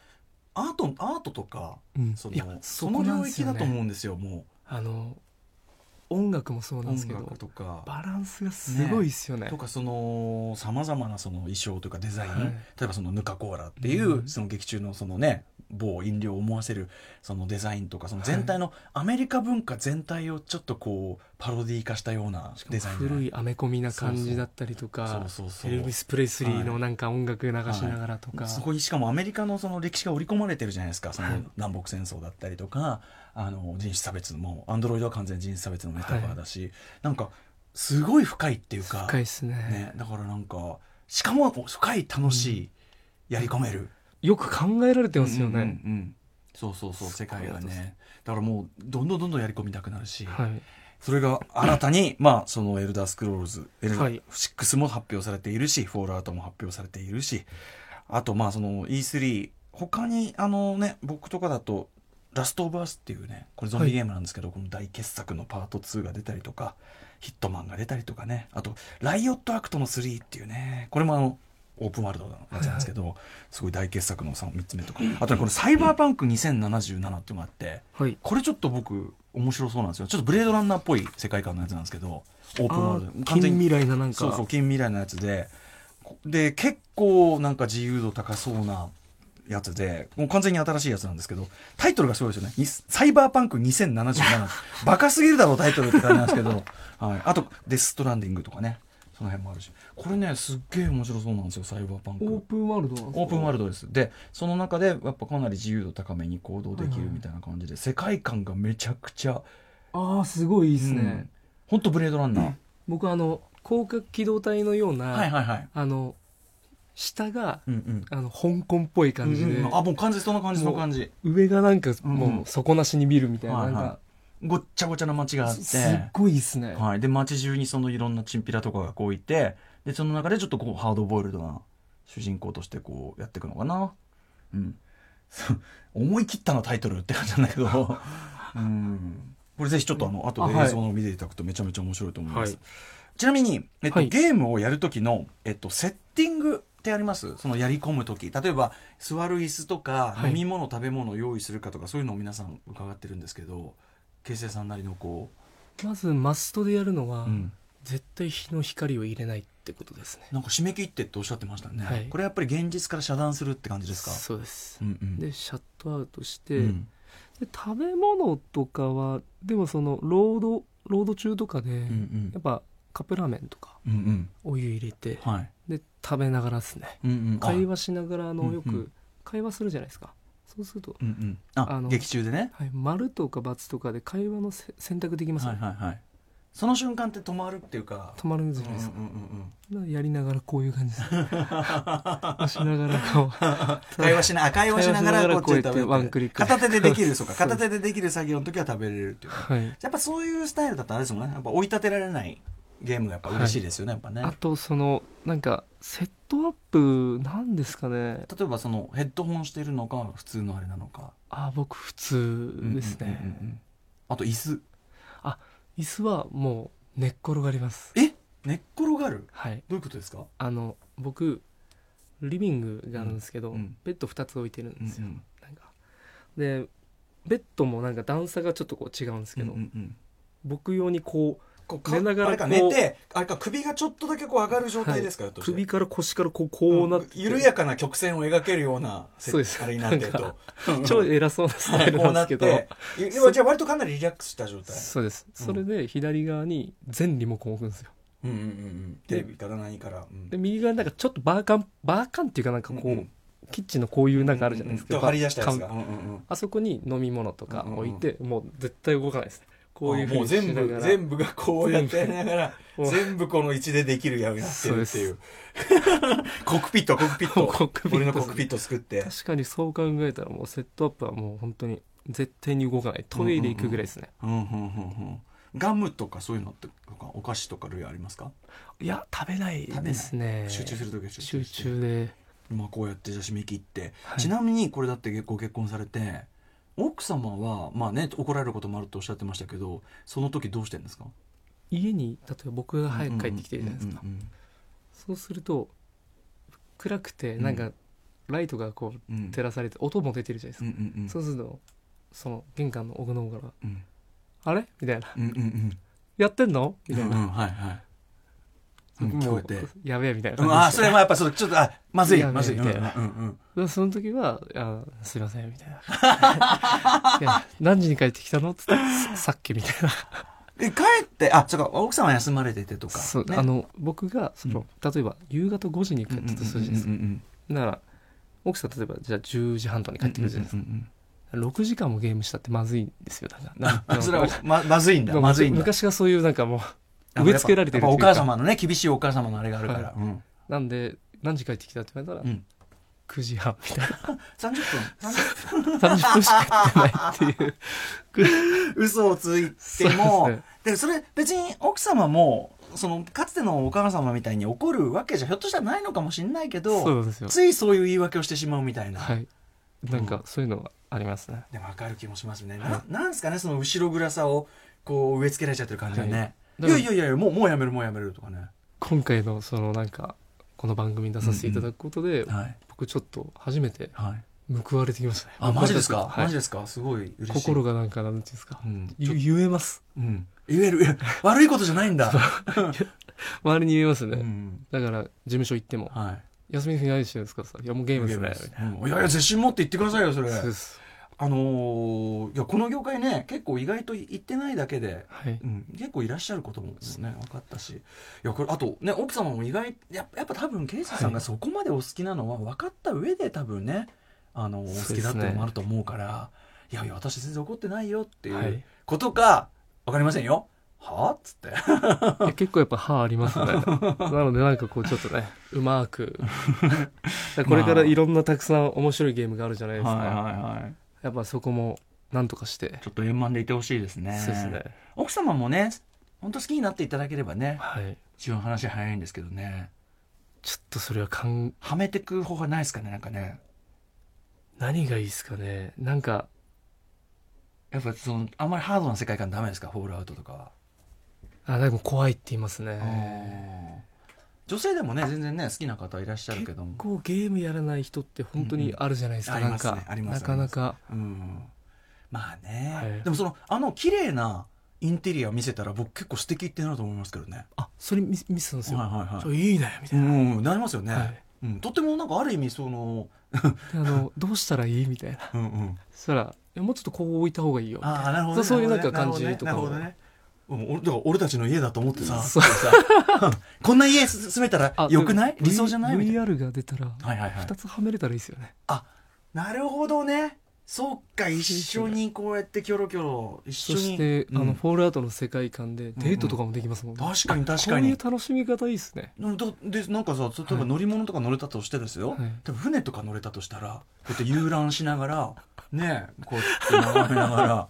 Speaker 1: アートアートとか
Speaker 3: うん
Speaker 1: そ
Speaker 3: いや
Speaker 1: のそ
Speaker 3: そこ
Speaker 1: の
Speaker 3: なん
Speaker 1: 領
Speaker 3: です
Speaker 1: 域
Speaker 3: よね
Speaker 1: だと思うんですよも
Speaker 3: あの音楽もそう
Speaker 1: う
Speaker 3: なんです
Speaker 1: 音
Speaker 3: けど
Speaker 1: 楽とか
Speaker 3: バランスがすごいですよね
Speaker 1: とかそのさまざまなその衣装というかデザイン、
Speaker 3: はい
Speaker 1: 例えばそのヌカ・コーラっていう、
Speaker 3: うん
Speaker 1: その劇中のそのね某飲料を思わせるそのデザインとかその全体のアメリカ文化全体をちょっとこうパロディ化したような
Speaker 3: しか
Speaker 1: デ
Speaker 3: も
Speaker 1: ザインじゃない
Speaker 3: 古いアメコミな感じだったりと
Speaker 1: そ
Speaker 3: か
Speaker 1: うそうそう
Speaker 3: エルビス・プレイスリーのなんか音楽流しながらとか、
Speaker 1: そこにしかもアメリカのその歴史が織り込まれてるじゃないですかその南北戦争だったりとかあの人種差別もアンドロイドは完全に人種差別のメタファーだし、なんかすごい深いっていうか
Speaker 3: 深いですね
Speaker 1: ね、だからなんかしかも深い楽しい、やり込める
Speaker 3: よく考えられてますよね、
Speaker 1: うんうんうんそうそうそう世界が
Speaker 3: そうです
Speaker 1: ねだからもうどんどんどんどんやり込みたくなるし、
Speaker 3: はい
Speaker 1: それが新たにまあその「エルダースクロールズ」エルダー
Speaker 3: はい
Speaker 1: 6も発表されているし「フォールアウト」も発表されているしあとまあその E3 他にあのね僕とかだと「ラストオブアス」っていうねこれゾン
Speaker 3: は
Speaker 1: ビ
Speaker 3: い
Speaker 1: ゲームなんですけど、この大傑作のパート2が出たりとか「ヒットマン」が出たりとかねあと「ライオットアクトの3」っていうねこれもあのオープンワールドのやつなんですけどすごい大傑作の 3, つ目とかあとねこの「サイバーパンク2077」っていうのがあって。
Speaker 3: はい
Speaker 1: これちょっと僕面白そうなんですよちょっとブレードランナーっぽい世界観のやつなんですけどオープンワールド
Speaker 3: 近
Speaker 1: に
Speaker 3: 未来ななんか
Speaker 1: そうそう近未来のやつでこで結構なんか自由度高そうなやつでもう完全に新しいやつなんですけどタイトルがすごいですよねに「サイバーパンク2077」バ カすぎるだろタイトルって感じなんですけど、はい、あと「デス・ストランディング」とかねその辺もあるしこれねすっげえ面白そうなんですよサイバーパンク
Speaker 3: オープンワールドなんですか
Speaker 1: オープンワールドですでその中でやっぱかなり自由度高めに行動できるみたいな感じで、世界観がめちゃくちゃ
Speaker 3: ああすごいいいですね、
Speaker 1: うんほんとブレードランナー、
Speaker 3: 僕あの広角機動隊のような、
Speaker 1: はいはいはい
Speaker 3: あの下が
Speaker 1: うんうん
Speaker 3: あの香港っぽい感じで、
Speaker 1: うんうんあもう完全にそんな感じそ
Speaker 3: も
Speaker 1: の
Speaker 3: う
Speaker 1: 感じ
Speaker 3: 上がなんか
Speaker 1: うんう
Speaker 3: も
Speaker 1: ん
Speaker 3: う底なしに見るみたいな,、
Speaker 1: はいはい
Speaker 3: なんか
Speaker 1: ごっちゃごちゃな街があっ
Speaker 3: す
Speaker 1: て
Speaker 3: すっごいいいっすね、
Speaker 1: はい、で街中にそのいろんなチンピラとかがこういてでその中でちょっとこうハードボイルドな主人公としてこうやっていくのかなうんそう思い切ったなタイトルって感じなんだけ どうんこれぜひちょっとあの後で
Speaker 3: あはい
Speaker 1: 映像の見ていただくとめちゃめちゃ面白いと思います、
Speaker 3: はい
Speaker 1: ちなみに、えっと
Speaker 3: はい
Speaker 1: ゲームをやる時の、えっと、セッティングってありますそのやり込む時例えば座る椅子とか、
Speaker 3: はい
Speaker 1: 飲み物食べ物を用意するかとかそういうのを皆さん伺ってるんですけど形成さんなりのこ
Speaker 3: まずマストでやるのは、
Speaker 1: う、うん、
Speaker 3: 絶対日の光を入れないってことですね
Speaker 1: なんか締め切ってっておっしゃってましたね、
Speaker 3: はい
Speaker 1: これやっぱり現実から遮断するって感じですか
Speaker 3: そうです、
Speaker 1: うんうん
Speaker 3: でシャットアウトして、
Speaker 1: うん
Speaker 3: で食べ物とかはでもそのロードロード中とかで、
Speaker 1: うんうん
Speaker 3: やっぱカップラーメンとか
Speaker 1: うんうん
Speaker 3: お湯入れて、
Speaker 1: はい
Speaker 3: で食べながらですね
Speaker 1: うんうんあ
Speaker 3: 会話しながらあ
Speaker 1: うんう
Speaker 3: の
Speaker 1: ん
Speaker 3: よく会話するじゃないですか、そうすると、
Speaker 1: うんうんあ
Speaker 3: あの
Speaker 1: 劇中でね
Speaker 3: はい、丸とか×とかで会話のせ選択できますよ
Speaker 1: はい
Speaker 3: ね、
Speaker 1: はいはいその瞬間って止まるっていうか
Speaker 3: 止まるんじゃ
Speaker 1: う
Speaker 3: なんいう
Speaker 1: ん
Speaker 3: ですか,、
Speaker 1: うんうん
Speaker 3: やりながらこういう 感じですしながらこう
Speaker 1: 会話しなあ会話しながら
Speaker 3: 会話しながら
Speaker 1: こっちで
Speaker 3: こ
Speaker 1: 食
Speaker 3: うやっ
Speaker 1: べ
Speaker 3: て
Speaker 1: る
Speaker 3: ワンクリック
Speaker 1: 片手でできるそうか
Speaker 3: そう
Speaker 1: 片手でできる作業の時は食べれるっていうか
Speaker 3: はい
Speaker 1: やっぱそういうスタイルだったらあれですもんねやっぱ追い立てられないゲームがやっぱ嬉しいですよね、やっ
Speaker 3: あ
Speaker 1: ぱね
Speaker 3: とそのなんかセットアップなんですかね
Speaker 1: 例えばそのヘッドホンしてるのか普通のあれなのか
Speaker 3: あ僕普通ですね、
Speaker 1: うんうんうんうんあと椅子
Speaker 3: 椅子はもう寝っ転がります
Speaker 1: え寝っ転がる
Speaker 3: はい
Speaker 1: どういうことですか
Speaker 3: あの僕リビングがあるんですけど、
Speaker 1: うんうん
Speaker 3: ベッド2つ置いてるんですよ、なんかでベッドもなんか段差がちょっとこう違うんですけど、僕用にこ
Speaker 1: こ
Speaker 3: 寝ながら
Speaker 1: あれか
Speaker 3: こ
Speaker 1: 寝
Speaker 3: う
Speaker 1: てあれか首がちょっとだけこう上がる状態ですか、ら
Speaker 3: う首から腰からこうこうなって、
Speaker 1: 緩やかな曲線を描けるようなせ
Speaker 3: そうです
Speaker 1: あれになってる
Speaker 3: なん
Speaker 1: と
Speaker 3: か超 偉そうなスタイル
Speaker 1: こ
Speaker 3: な
Speaker 1: うんなっ
Speaker 3: ですけど、
Speaker 1: て要はじゃあ割とかなりリラックスした状態
Speaker 3: そうですそれで左側に全リモコン置くんですよ
Speaker 1: うんうんうんうんテレビから何から、うん
Speaker 3: で右側になんかちょっとバーカンバーカンっていうかなんかこう、
Speaker 1: うんうん
Speaker 3: キッチンのこういうなんかあるじゃないですか、
Speaker 1: うんうん張り出したやつ
Speaker 3: バ
Speaker 1: が、
Speaker 3: ー
Speaker 1: う
Speaker 3: カン
Speaker 1: んうんうん
Speaker 3: あそこに飲み物とか置いて、もう絶対動かないですねこういうふう
Speaker 1: もう
Speaker 3: にし
Speaker 1: 全
Speaker 3: なが
Speaker 1: 部
Speaker 3: ら
Speaker 1: 全部がこうやってやりなが ら
Speaker 3: 全部
Speaker 1: 全部この位置でできるようになってるって いうコックピットコックピッ
Speaker 3: もう
Speaker 1: ト
Speaker 3: コックピット
Speaker 1: 俺のコックピット作って
Speaker 3: 確かにそう考えたらもうセットアップはもう本当に絶対に動かないトイレ行くぐらいですね、
Speaker 1: うんうんうんうんガムとかそういうのってとかお菓子とか類ありますか
Speaker 3: いや食べない
Speaker 1: 食べない
Speaker 3: ですね
Speaker 1: 集中する時は
Speaker 3: 集
Speaker 1: して
Speaker 3: 中で
Speaker 1: まあこうやってじゃあ締め切って、
Speaker 3: はい
Speaker 1: ちなみにこれだってご結婚されて奥様はまあね怒られることもあるとおっしゃってましたけどその時どうしてるんですか
Speaker 3: 家に例えば僕が早く帰ってきてるじゃないですか、
Speaker 1: うんうん
Speaker 3: そうすると暗くてなんかライトがこう
Speaker 1: うんうん
Speaker 3: 照らされて音も出てるじゃないです
Speaker 1: うん
Speaker 3: か、
Speaker 1: うんうん
Speaker 3: そうするとその玄関の奥の方から
Speaker 1: うん
Speaker 3: 「あれ?」みたいな
Speaker 1: うんうんうん
Speaker 3: 「やってんの?」みたい
Speaker 1: うんう
Speaker 3: な、
Speaker 1: んはいはいうん聞
Speaker 3: も
Speaker 1: こ
Speaker 3: う
Speaker 1: えて
Speaker 3: やべえみたいな
Speaker 1: う
Speaker 3: 感
Speaker 1: ん
Speaker 3: じで
Speaker 1: あー
Speaker 3: し
Speaker 1: そ
Speaker 3: た
Speaker 1: れもやっぱそれちょっとあまずい
Speaker 3: いや
Speaker 1: まずいうん
Speaker 3: み
Speaker 1: うん
Speaker 3: た
Speaker 1: う
Speaker 3: いなんで その時は「いやすいません」みたいな 「いや何時に帰ってきたの?」っつって「ささっき」みたいな
Speaker 1: え帰ってあそうか奥様休まれててとか
Speaker 3: そう、
Speaker 1: ね
Speaker 3: あの僕がその、例えば夕方5時に
Speaker 1: う
Speaker 3: 帰
Speaker 1: ん
Speaker 3: っ
Speaker 1: うん
Speaker 3: たとするじゃないですか、
Speaker 1: うんうん
Speaker 3: なら奥さん例えばじゃあ10時半とかに帰
Speaker 1: う
Speaker 3: っ
Speaker 1: ん
Speaker 3: てくるじゃないですか、6時間もゲームしたってまずいんですよだからなん
Speaker 1: あ
Speaker 3: か
Speaker 1: それはままずいんだまずいんだ
Speaker 3: 昔がそういうなんかもう植え付けられてる
Speaker 1: や
Speaker 3: と
Speaker 1: っ
Speaker 3: い
Speaker 1: ぱ
Speaker 3: う
Speaker 1: お
Speaker 3: か
Speaker 1: 母様のね厳しいお母様のあれがあるから、
Speaker 3: は
Speaker 1: うん
Speaker 3: なんで何時帰ってきたって言われた
Speaker 1: う
Speaker 3: ら
Speaker 1: ん
Speaker 3: 9時半みたい
Speaker 1: 30分
Speaker 3: な30分しかやってないっていう
Speaker 1: 嘘をついて
Speaker 3: そ
Speaker 1: も
Speaker 3: うですね
Speaker 1: でそれ別に奥様もそのかつてのお母様みたいに怒るわけじゃひょっとしたらないのかもしれないけ
Speaker 3: そう
Speaker 1: ど
Speaker 3: なんですよ
Speaker 1: ついそういう言い訳をしてしまうみたいな、
Speaker 3: はいなんかそういうのはありますね、
Speaker 1: でも分かる気もしますねななんですかねその後ろ暗さをこう植え付けられちゃってる感じがね、、
Speaker 3: はいい
Speaker 1: やいやいやいやもうもうやめるもうやめるとかね、
Speaker 3: 今回のそのなんかこの番組に出させていただくことで、
Speaker 1: はい
Speaker 3: 僕ちょっと初めて
Speaker 1: はい、
Speaker 3: 報われてきましたね
Speaker 1: あマジですか、
Speaker 3: はい
Speaker 1: マジですかすごい嬉しい
Speaker 3: 心がなんかなんていうんですか
Speaker 1: うん
Speaker 3: ゆ言えます
Speaker 1: うん、言える言える悪いことじゃないんだ、
Speaker 3: 周りに言えますね、
Speaker 1: うん
Speaker 3: だから事務所行っても
Speaker 1: はい
Speaker 3: 「休みの日何してるんですか?」いやもうゲームですね」
Speaker 1: うんいやいや自信持って言ってくださいよそれ
Speaker 3: そうです
Speaker 1: あのーいやこの業界ね結構意外と言ってないだけで、
Speaker 3: はい
Speaker 1: うん、結構いらっしゃることもね分かったしいやこれあとね奥様も意外やっぱやっぱ多分刑事さん
Speaker 3: は
Speaker 1: が
Speaker 3: い
Speaker 1: そこまでお好きなのは分かった上で多分ねあのお好きだっていうのもあると思うからいやいや私全然怒ってないよってい
Speaker 3: は
Speaker 1: う
Speaker 3: い
Speaker 1: ことか分かりませんよはあっつって
Speaker 3: いや結構やっぱ歯あり ますねなのでなんかこうちょっとねうまくだからこれからいろんなたくさん面白いゲームがあるじゃないですか、
Speaker 1: いはい
Speaker 3: やっぱそこもなんとかして、
Speaker 1: ちょっと円満でいてほしいですね
Speaker 3: そうですね
Speaker 1: 奥様もね本当好きになっていただければね
Speaker 3: はい
Speaker 1: 一番話早いんですけどね
Speaker 3: ちょっとそれはかん
Speaker 1: はめてく方法ないですかねなんかね
Speaker 3: 何がいいですかねなんか
Speaker 1: やっぱそのあんまりハードな世界観ダメですかホールアウトとかは、
Speaker 3: あでも怖いって言いますね
Speaker 1: 女性でもね全然ね好きな方いらっしゃるけ
Speaker 3: 結
Speaker 1: ども、
Speaker 3: 構ゲームやらない人って本当にあるじゃないですか、
Speaker 1: うんうん
Speaker 3: なんか、
Speaker 1: ありますねあります
Speaker 3: なかなか
Speaker 1: うん、まあね、
Speaker 3: はい
Speaker 1: でもそのあの綺麗なインテリア見せたら僕結構素敵ってなると思いますけどね
Speaker 3: あそれ見せ見せたんですよ、
Speaker 1: はいはいはい
Speaker 3: そういいねみた
Speaker 1: う
Speaker 3: いな、
Speaker 1: ん、うんなりますよね、
Speaker 3: はい
Speaker 1: うん、とてもなんかある意味その
Speaker 3: であのどうしたらいいみたいな
Speaker 1: うんうん
Speaker 3: そしたらいやもうちょっとこう置いた方がいいよみたい
Speaker 1: ああなるほど、
Speaker 3: そ
Speaker 1: ね、
Speaker 3: うそういうなんか
Speaker 1: なるほどね
Speaker 3: 感じとかも
Speaker 1: なるほどねうん俺だから俺たちの家だと思ってさ
Speaker 3: そう
Speaker 1: さ こんな家す住めたら
Speaker 3: な
Speaker 1: よくない
Speaker 3: でも
Speaker 1: 理想じゃないみたい
Speaker 3: VR が出たら
Speaker 1: なはいはいはい
Speaker 3: 2つはめれたらいいですよね、
Speaker 1: なるほどねそうか一緒にこうやってキョロキョロ一緒
Speaker 3: そ
Speaker 1: に
Speaker 3: して、
Speaker 1: うん
Speaker 3: あのフォールアウトの世界観でデートとかもできますもんね、
Speaker 1: 確かに確か
Speaker 3: こうい
Speaker 1: に
Speaker 3: う楽しみ方いいで すね
Speaker 1: うんだでなんかさ例えば
Speaker 3: はい
Speaker 1: 乗り物とか乗れたとしてですよ、
Speaker 3: はい
Speaker 1: 多分船とか乗れたとしたらこうやって遊覧しながらねこうやって眺めな が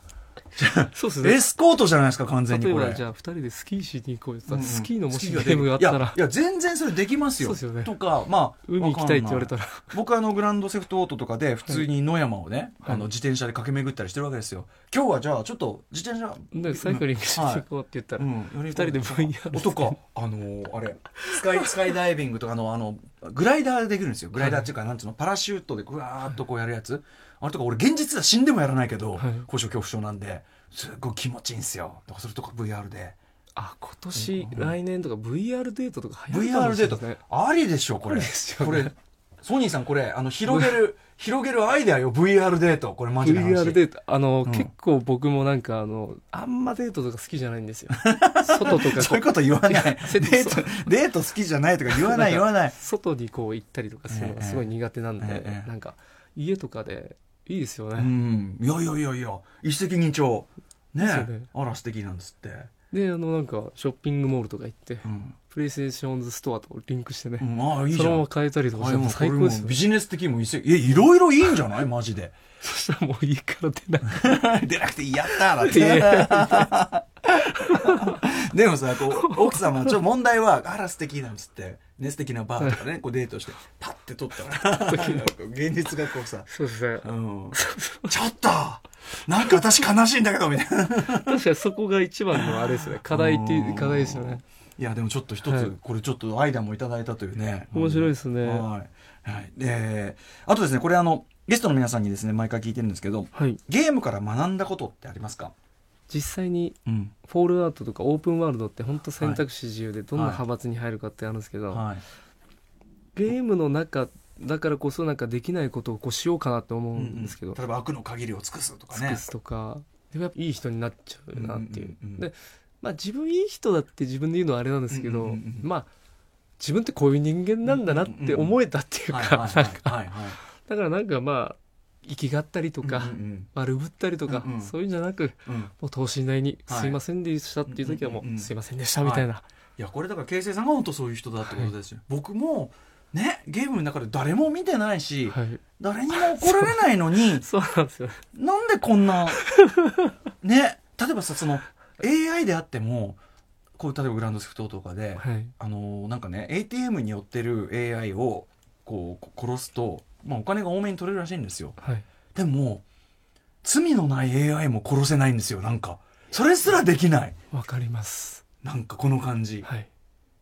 Speaker 3: そうです
Speaker 1: らエスコートじゃないですか完全に
Speaker 3: 例え
Speaker 1: これ
Speaker 3: ばじゃあ2人でスキーしに行こうよって
Speaker 1: う
Speaker 3: 言
Speaker 1: ん
Speaker 3: ったらスキーのも
Speaker 1: ス
Speaker 3: し
Speaker 1: キ
Speaker 3: ゲ
Speaker 1: が
Speaker 3: ームがあった
Speaker 1: いや
Speaker 3: ら
Speaker 1: いや全然それできますよ
Speaker 3: そうですよね
Speaker 1: とかまあ
Speaker 3: 海行きたいって言われた
Speaker 1: ら
Speaker 3: ら
Speaker 1: 僕あのグランドセフトオートとかで普通に野山をね、
Speaker 3: はい
Speaker 1: あの自転車で駆け巡ったりしてるわけですよ今日はじゃあちょっと自転車
Speaker 3: でサイクリングしに行こうって言ったら、
Speaker 1: うん、
Speaker 3: 二人で VR
Speaker 1: 音かあのーあれスカイスカイダイビングとかあのあのグライダーできるんですよグライダーっていうか、なんつうのパラシュートでぐわーっとこうやるやつ、あれとか俺現実は死んでもやらないけど、
Speaker 3: はい
Speaker 1: 高所恐怖症なんですっごい気持ちいいんですよだからそれとか VR で
Speaker 3: あ今年、来年とか VR デートとか流行るかも
Speaker 1: VR
Speaker 3: しれ
Speaker 1: デー
Speaker 3: ないです
Speaker 1: ト
Speaker 3: ね
Speaker 1: ありでしょこれ
Speaker 3: ありですよ
Speaker 1: こ
Speaker 3: ね
Speaker 1: れソニーさんこれあの広げ る広げるアイデアよ VR デートこれマジな話
Speaker 3: VR デートあの、
Speaker 1: うん
Speaker 3: 結構僕もなんかあのあんまデートとか好きじゃないんですよ外と か
Speaker 1: そう
Speaker 3: こ
Speaker 1: いうこと言わない。デ
Speaker 3: セット
Speaker 1: ート、デート好きじゃないとか言わ ない言わな
Speaker 3: う
Speaker 1: い。
Speaker 3: 外にこう行ったりとかするのがすごい苦手なんで、
Speaker 1: ええええ
Speaker 3: なんか家とかでいいですよ
Speaker 1: う
Speaker 3: ね、
Speaker 1: ん。いやいやいやいや、一石二鳥。ね
Speaker 3: ですよね
Speaker 1: あら素敵なんですって。
Speaker 3: であのなんかショッピングモールとか行って、
Speaker 1: うん。
Speaker 3: プレイステーションズストアとリンクしてね、
Speaker 1: うんああ、いいじゃ
Speaker 3: そのま
Speaker 1: ん
Speaker 3: ま。変えたりとか
Speaker 1: あ
Speaker 3: し
Speaker 1: で
Speaker 3: て
Speaker 1: も
Speaker 3: も
Speaker 1: これ
Speaker 3: 最
Speaker 1: も
Speaker 3: 高ですよ
Speaker 1: ビジネス的にも一石、え、いろいろいいんじゃないマジで。
Speaker 3: そしたらもう家から出ない
Speaker 1: 出なくていいやったーだっ
Speaker 3: いやい
Speaker 1: て。 でもさこう奥様ちょ問題は「あら素敵なんつってね素敵なバーとかねこうデートしてパッて撮ったらなんか 現実がこうさ
Speaker 3: そうですね
Speaker 1: 「うん、ちょっとなんか私悲しいんだけど」みたいな。
Speaker 3: 確かにそこが一番のあれですね課題っていう課題ですよね
Speaker 1: いやでもちょっと一つ、
Speaker 3: はい
Speaker 1: これちょっとアイデアもいただいたというね
Speaker 3: 面白いですね
Speaker 1: はい、はいであとですねこれあのゲストの皆さんにですね毎回聞いてるんですけど
Speaker 3: はい
Speaker 1: ゲームから学んだことってありますか、
Speaker 3: 実際に
Speaker 1: うん
Speaker 3: フォールアウトとかオープンワールドって本当選択肢自由でどんな派閥に入るかってあるんですけど、
Speaker 1: はい
Speaker 3: ゲームの中だからこそなんかできないことをこうしようかなって思うんですけど、
Speaker 1: 例えば悪の限りを尽くすとか
Speaker 3: 尽
Speaker 1: ね
Speaker 3: くすとかでもやっぱいい人になっちゃうなっていう,、
Speaker 1: うんうんうんうん
Speaker 3: でまあ自分いい人だって自分で言うのはあれなんですけ
Speaker 1: うん
Speaker 3: ど、
Speaker 1: うんうんうん
Speaker 3: まあ自分ってこういう人間なんだなって思えたっていう
Speaker 1: はい
Speaker 3: か
Speaker 1: はい
Speaker 3: な
Speaker 1: は
Speaker 3: ん
Speaker 1: い
Speaker 3: か
Speaker 1: はいはい
Speaker 3: だからなんかまあ生きがったりとか、
Speaker 1: うんうん
Speaker 3: 丸ぶったりとか、
Speaker 1: うんうん
Speaker 3: そういうんじゃなく
Speaker 1: うんうん
Speaker 3: もう等身大に「
Speaker 1: はい
Speaker 3: すいませんでした」っていう時はもう
Speaker 1: う
Speaker 3: 「
Speaker 1: んうんうん
Speaker 3: すいませんでした」みたいな、
Speaker 1: いやこれだから慶成さんが本当そういう人だってことですよ、僕もねゲームの中で誰も見てないし、
Speaker 3: はい、
Speaker 1: 誰にも怒られないのに
Speaker 3: そうなんですよね
Speaker 1: なんでこんなね例えばさその AI であってもこう例えばグランドセフトとかで、
Speaker 3: はい
Speaker 1: あのーなんかね ATM に寄ってる AI をこうこ殺すと、まあ、お金が多めに取れるらしいんですよ
Speaker 3: はい
Speaker 1: でも罪のない AI も殺せないんですよなんかそれすらできない
Speaker 3: わかります
Speaker 1: なんかこの感じ
Speaker 3: はい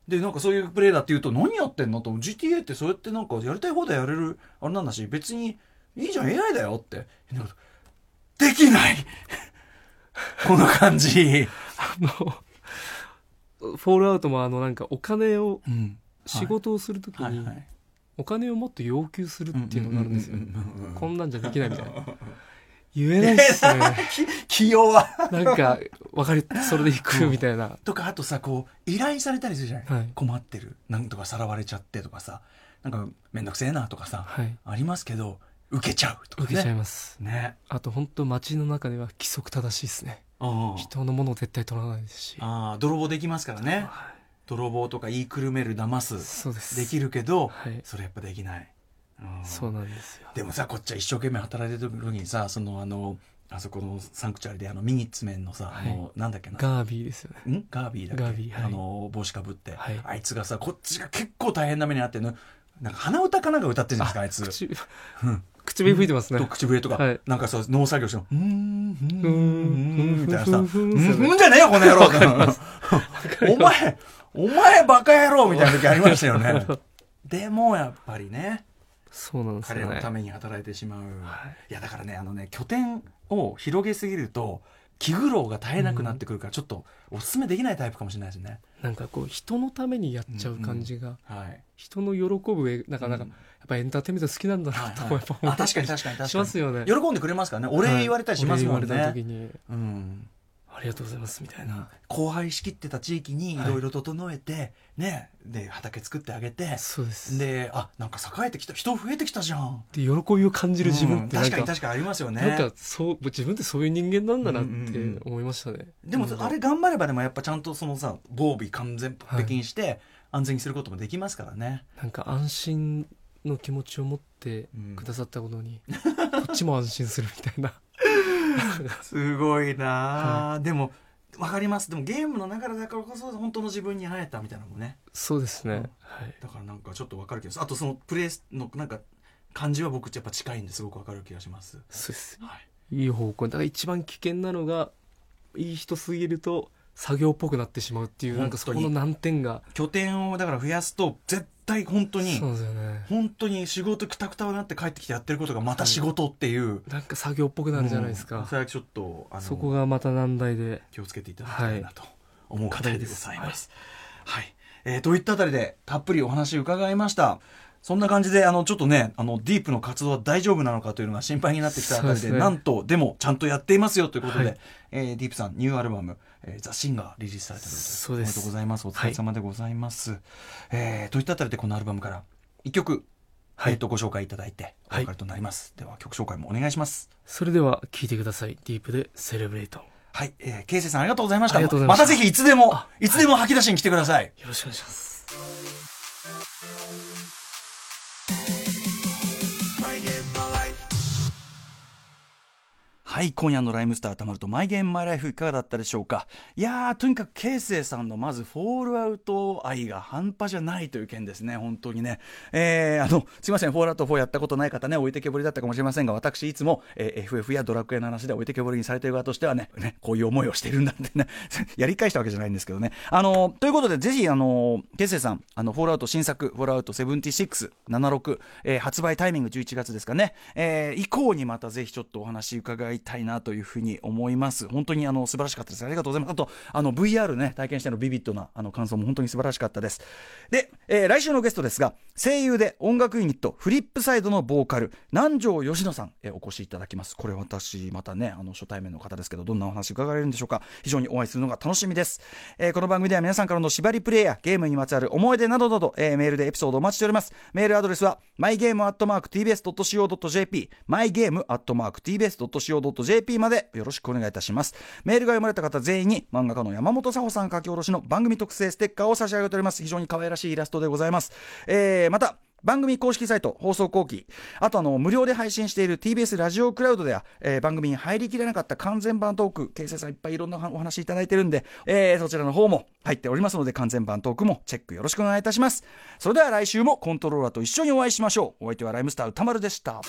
Speaker 1: でなんかそういうプレイだっていうと何やってんのと GTA ってそうやってなんかやりたい放題やれるあれなんだし別にいいじゃん AI だよって変なことできないこの感じ、
Speaker 3: あの フォールアウトもあのなんかお金を
Speaker 1: うん、
Speaker 3: 仕事をするとき
Speaker 1: はい
Speaker 3: に
Speaker 1: はい
Speaker 3: お金をもっと要求するっていうのがあるんですよ
Speaker 1: うんうんうんうんうん
Speaker 3: こんなんじゃできないみたいな言えないっす ね
Speaker 1: 器用は
Speaker 3: なんかわかるそれで行くみたいな
Speaker 1: とかあとさこう依頼されたりするじゃない、
Speaker 3: はい
Speaker 1: 困ってるなんとかさらわれちゃってとかさなんか面倒くせえなとかさ、
Speaker 3: はい
Speaker 1: ありますけど受けちゃうとかね
Speaker 3: 受けちゃいます
Speaker 1: ね
Speaker 3: あと本当街の中では規則正しいですね
Speaker 1: ああ
Speaker 3: 人のものを絶対取らないですし
Speaker 1: ああ泥棒できますからね
Speaker 3: は
Speaker 1: 泥棒とか言いくるめる騙
Speaker 3: い
Speaker 1: す
Speaker 3: そうです
Speaker 1: できるけど、
Speaker 3: はい
Speaker 1: それやっぱできない、うん
Speaker 3: そうなんですよ
Speaker 1: でもさこっちは一生懸命働いてる時にさそのあのあそこのサンクチュアリであのミニッツメンのさ、あのなんだっけな
Speaker 3: ガービーですよね
Speaker 1: んガービーだっけ
Speaker 3: ガービーはい
Speaker 1: あの帽子かぶって、
Speaker 3: はい
Speaker 1: あいつがさこっちが結構大変な目にあってねなんか鼻歌かなんか歌ってるじゃないですかあいつ。
Speaker 3: 口唇吹いてますね
Speaker 1: と口笛とか、
Speaker 3: はい
Speaker 1: なんかさ農作業しても「うーんうーんうーん」みたいなさ「う
Speaker 3: うーん
Speaker 1: ーん
Speaker 3: うーんうーん
Speaker 1: うんじゃねえよこの野郎」お前お前バカ野郎」みたいな時ありましたよねでもやっぱりね
Speaker 3: そうなんです
Speaker 1: 彼
Speaker 3: よ
Speaker 1: らの
Speaker 3: ね
Speaker 1: ために働いてしまう、
Speaker 3: はい
Speaker 1: いやだからねあのね拠点を広げすぎると気苦労が絶えなくなってくるから、ちょっとおすすめできないタイプかもしれないですね
Speaker 3: なんかこう人のためにやっちゃう感じが
Speaker 1: はい
Speaker 3: 人の喜ぶ絵なんかなんか
Speaker 1: うん
Speaker 3: やっぱエンターテインメント好きなんだなともやっぱ思
Speaker 1: あ
Speaker 3: った
Speaker 1: 確か
Speaker 3: り
Speaker 1: に確かに確かに
Speaker 3: しますよね
Speaker 1: 喜んでくれますからねお礼言われたりしますもんね、
Speaker 3: はいお礼言われた時に
Speaker 1: うん
Speaker 3: ありがとうございますみたいな
Speaker 1: 荒廃しきってた地域にいろいろ整えて、ねで畑作ってあげて
Speaker 3: そうですで
Speaker 1: であなんか栄えてきた人増えてきたじゃん
Speaker 3: 喜びを感じる自分って
Speaker 1: うん
Speaker 3: な
Speaker 1: 確
Speaker 3: ん
Speaker 1: かに
Speaker 3: か
Speaker 1: 確かにありますよね
Speaker 3: なんかそう自分ってそういう人間なんだなっ
Speaker 1: うんうん
Speaker 3: て思いましたね
Speaker 1: でも
Speaker 3: うん
Speaker 1: あれ頑張ればでもやっぱちゃんとそのさ防備完全璧にして安全にすることもできますからね、
Speaker 3: なんか安心の気持ちを持って
Speaker 1: うん
Speaker 3: くださったことにこっちも安心するみたい な
Speaker 1: すごいなあ、でもわかりますでもゲームの中だからこそ本当の自分に会えたみたいなのもね
Speaker 3: そうです
Speaker 1: う
Speaker 3: ね
Speaker 1: ん
Speaker 3: はい
Speaker 1: だからなんかちょっとわかる気がするあとそのプレイスのなんか感じは僕やっぱ近いんですごくわかる気がします
Speaker 3: そうです
Speaker 1: はい
Speaker 3: いい方向にだから一番危険なのがいい人すぎると作業っぽくなってしまうっていうなんかそこの難点が
Speaker 1: 拠点をだから増やすと絶対本当に
Speaker 3: そうですよね
Speaker 1: 本当に仕事くたくたになって帰ってきてやってることがまた仕事っていう、
Speaker 3: なんか作業っぽくなるじゃないです
Speaker 1: うん
Speaker 3: か
Speaker 1: そ、れはちょっとあの
Speaker 3: そこがまた難題で
Speaker 1: 気をつけていただきたいなと思う方でございます。はい、えーといったあたりでたっぷりお話伺いました。そんな感じであのちょっとねあのディープの活動は大丈夫なのかというのが心配になってきたあた
Speaker 3: そう
Speaker 1: り
Speaker 3: で
Speaker 1: で、
Speaker 3: すね
Speaker 1: なんとでもちゃんとやっていますよということで、
Speaker 3: はい
Speaker 1: えーディープさんニューアルバム「えーザ・シンがリリースされたという
Speaker 3: そ
Speaker 1: こと
Speaker 3: う
Speaker 1: でおめ
Speaker 3: で
Speaker 1: ですとうございますお疲れ様でございます。えーといったあたりでこのアルバムから一曲、
Speaker 3: はい
Speaker 1: えーとご紹介いただいてお
Speaker 3: はい
Speaker 1: 別れとなります、では曲紹介もお願いします。
Speaker 3: それでは聴いてくださいディープで「セレブレート」
Speaker 1: はい、えー、ケイセイさんありがとうございました。
Speaker 3: あ
Speaker 1: ま
Speaker 3: りがとうござい
Speaker 1: ま
Speaker 3: ました
Speaker 1: たぜひいつでも
Speaker 3: あ、
Speaker 1: いつでも吐き出しに来てください。
Speaker 3: よろしくお願いします
Speaker 1: ははい今夜の「ライムスターたまるとマイゲームマイライフ」いかがだったでしょうかいやーとにかく啓生さんのまずフォールアウト愛が半端じゃないという件ですね本当にねえー、あのすいませんフォールアウト4やったことない方ね置いてけぼりだったかもしれませんが私いつも、えー FF やドラクエの話で置いてけぼりにされてる側としてはねねこういう思いをしてるんだってね やり返したわけじゃないんですけどねあのということでぜひあの啓生さんあのフォールアウト新作「フォールアウト7676」えー、発売タイミング11月ですかね、えー以降にまたぜひちょっとお話伺いたいなというふうに思います本当にあの素晴らしかったですありがとうございますあとあの VR ね体験してのビビッドなあの感想も本当に素晴らしかったですで、えー来週のゲストですが声優で音楽ユニットフリップサイドのボーカル南條佳乃さん、えーお越しいただきますこれ私またねあの初対面の方ですけどどんなお話伺われるんでしょうか非常にお会いするのが楽しみです、えーこの番組では皆さんからの縛りプレイやゲームにまつわる思い出などなど、えーメールでエピソードをお待ちしておりますメールアドレスは mygame.tbs.co.jp mygame.tbs.co.jp までよろしくお願いいたしますメールが読まれた方全員に漫画家の山本佐穂さん書き下ろしの番組特製ステッカーを差し上げております非常に可愛らしいイラストでございます、えーまた番組公式サイト放送後期あとあの無料で配信している TBS ラジオクラウドでは、えー番組に入りきれなかった完全版トーク掲載さんいっぱいいろんなお話いただいてるんで、えーそちらの方も入っておりますので完全版トークもチェックよろしくお願いいたしますそれでは来週もコントローラーと一緒にお会いしましょうお相手はライムスター歌丸でした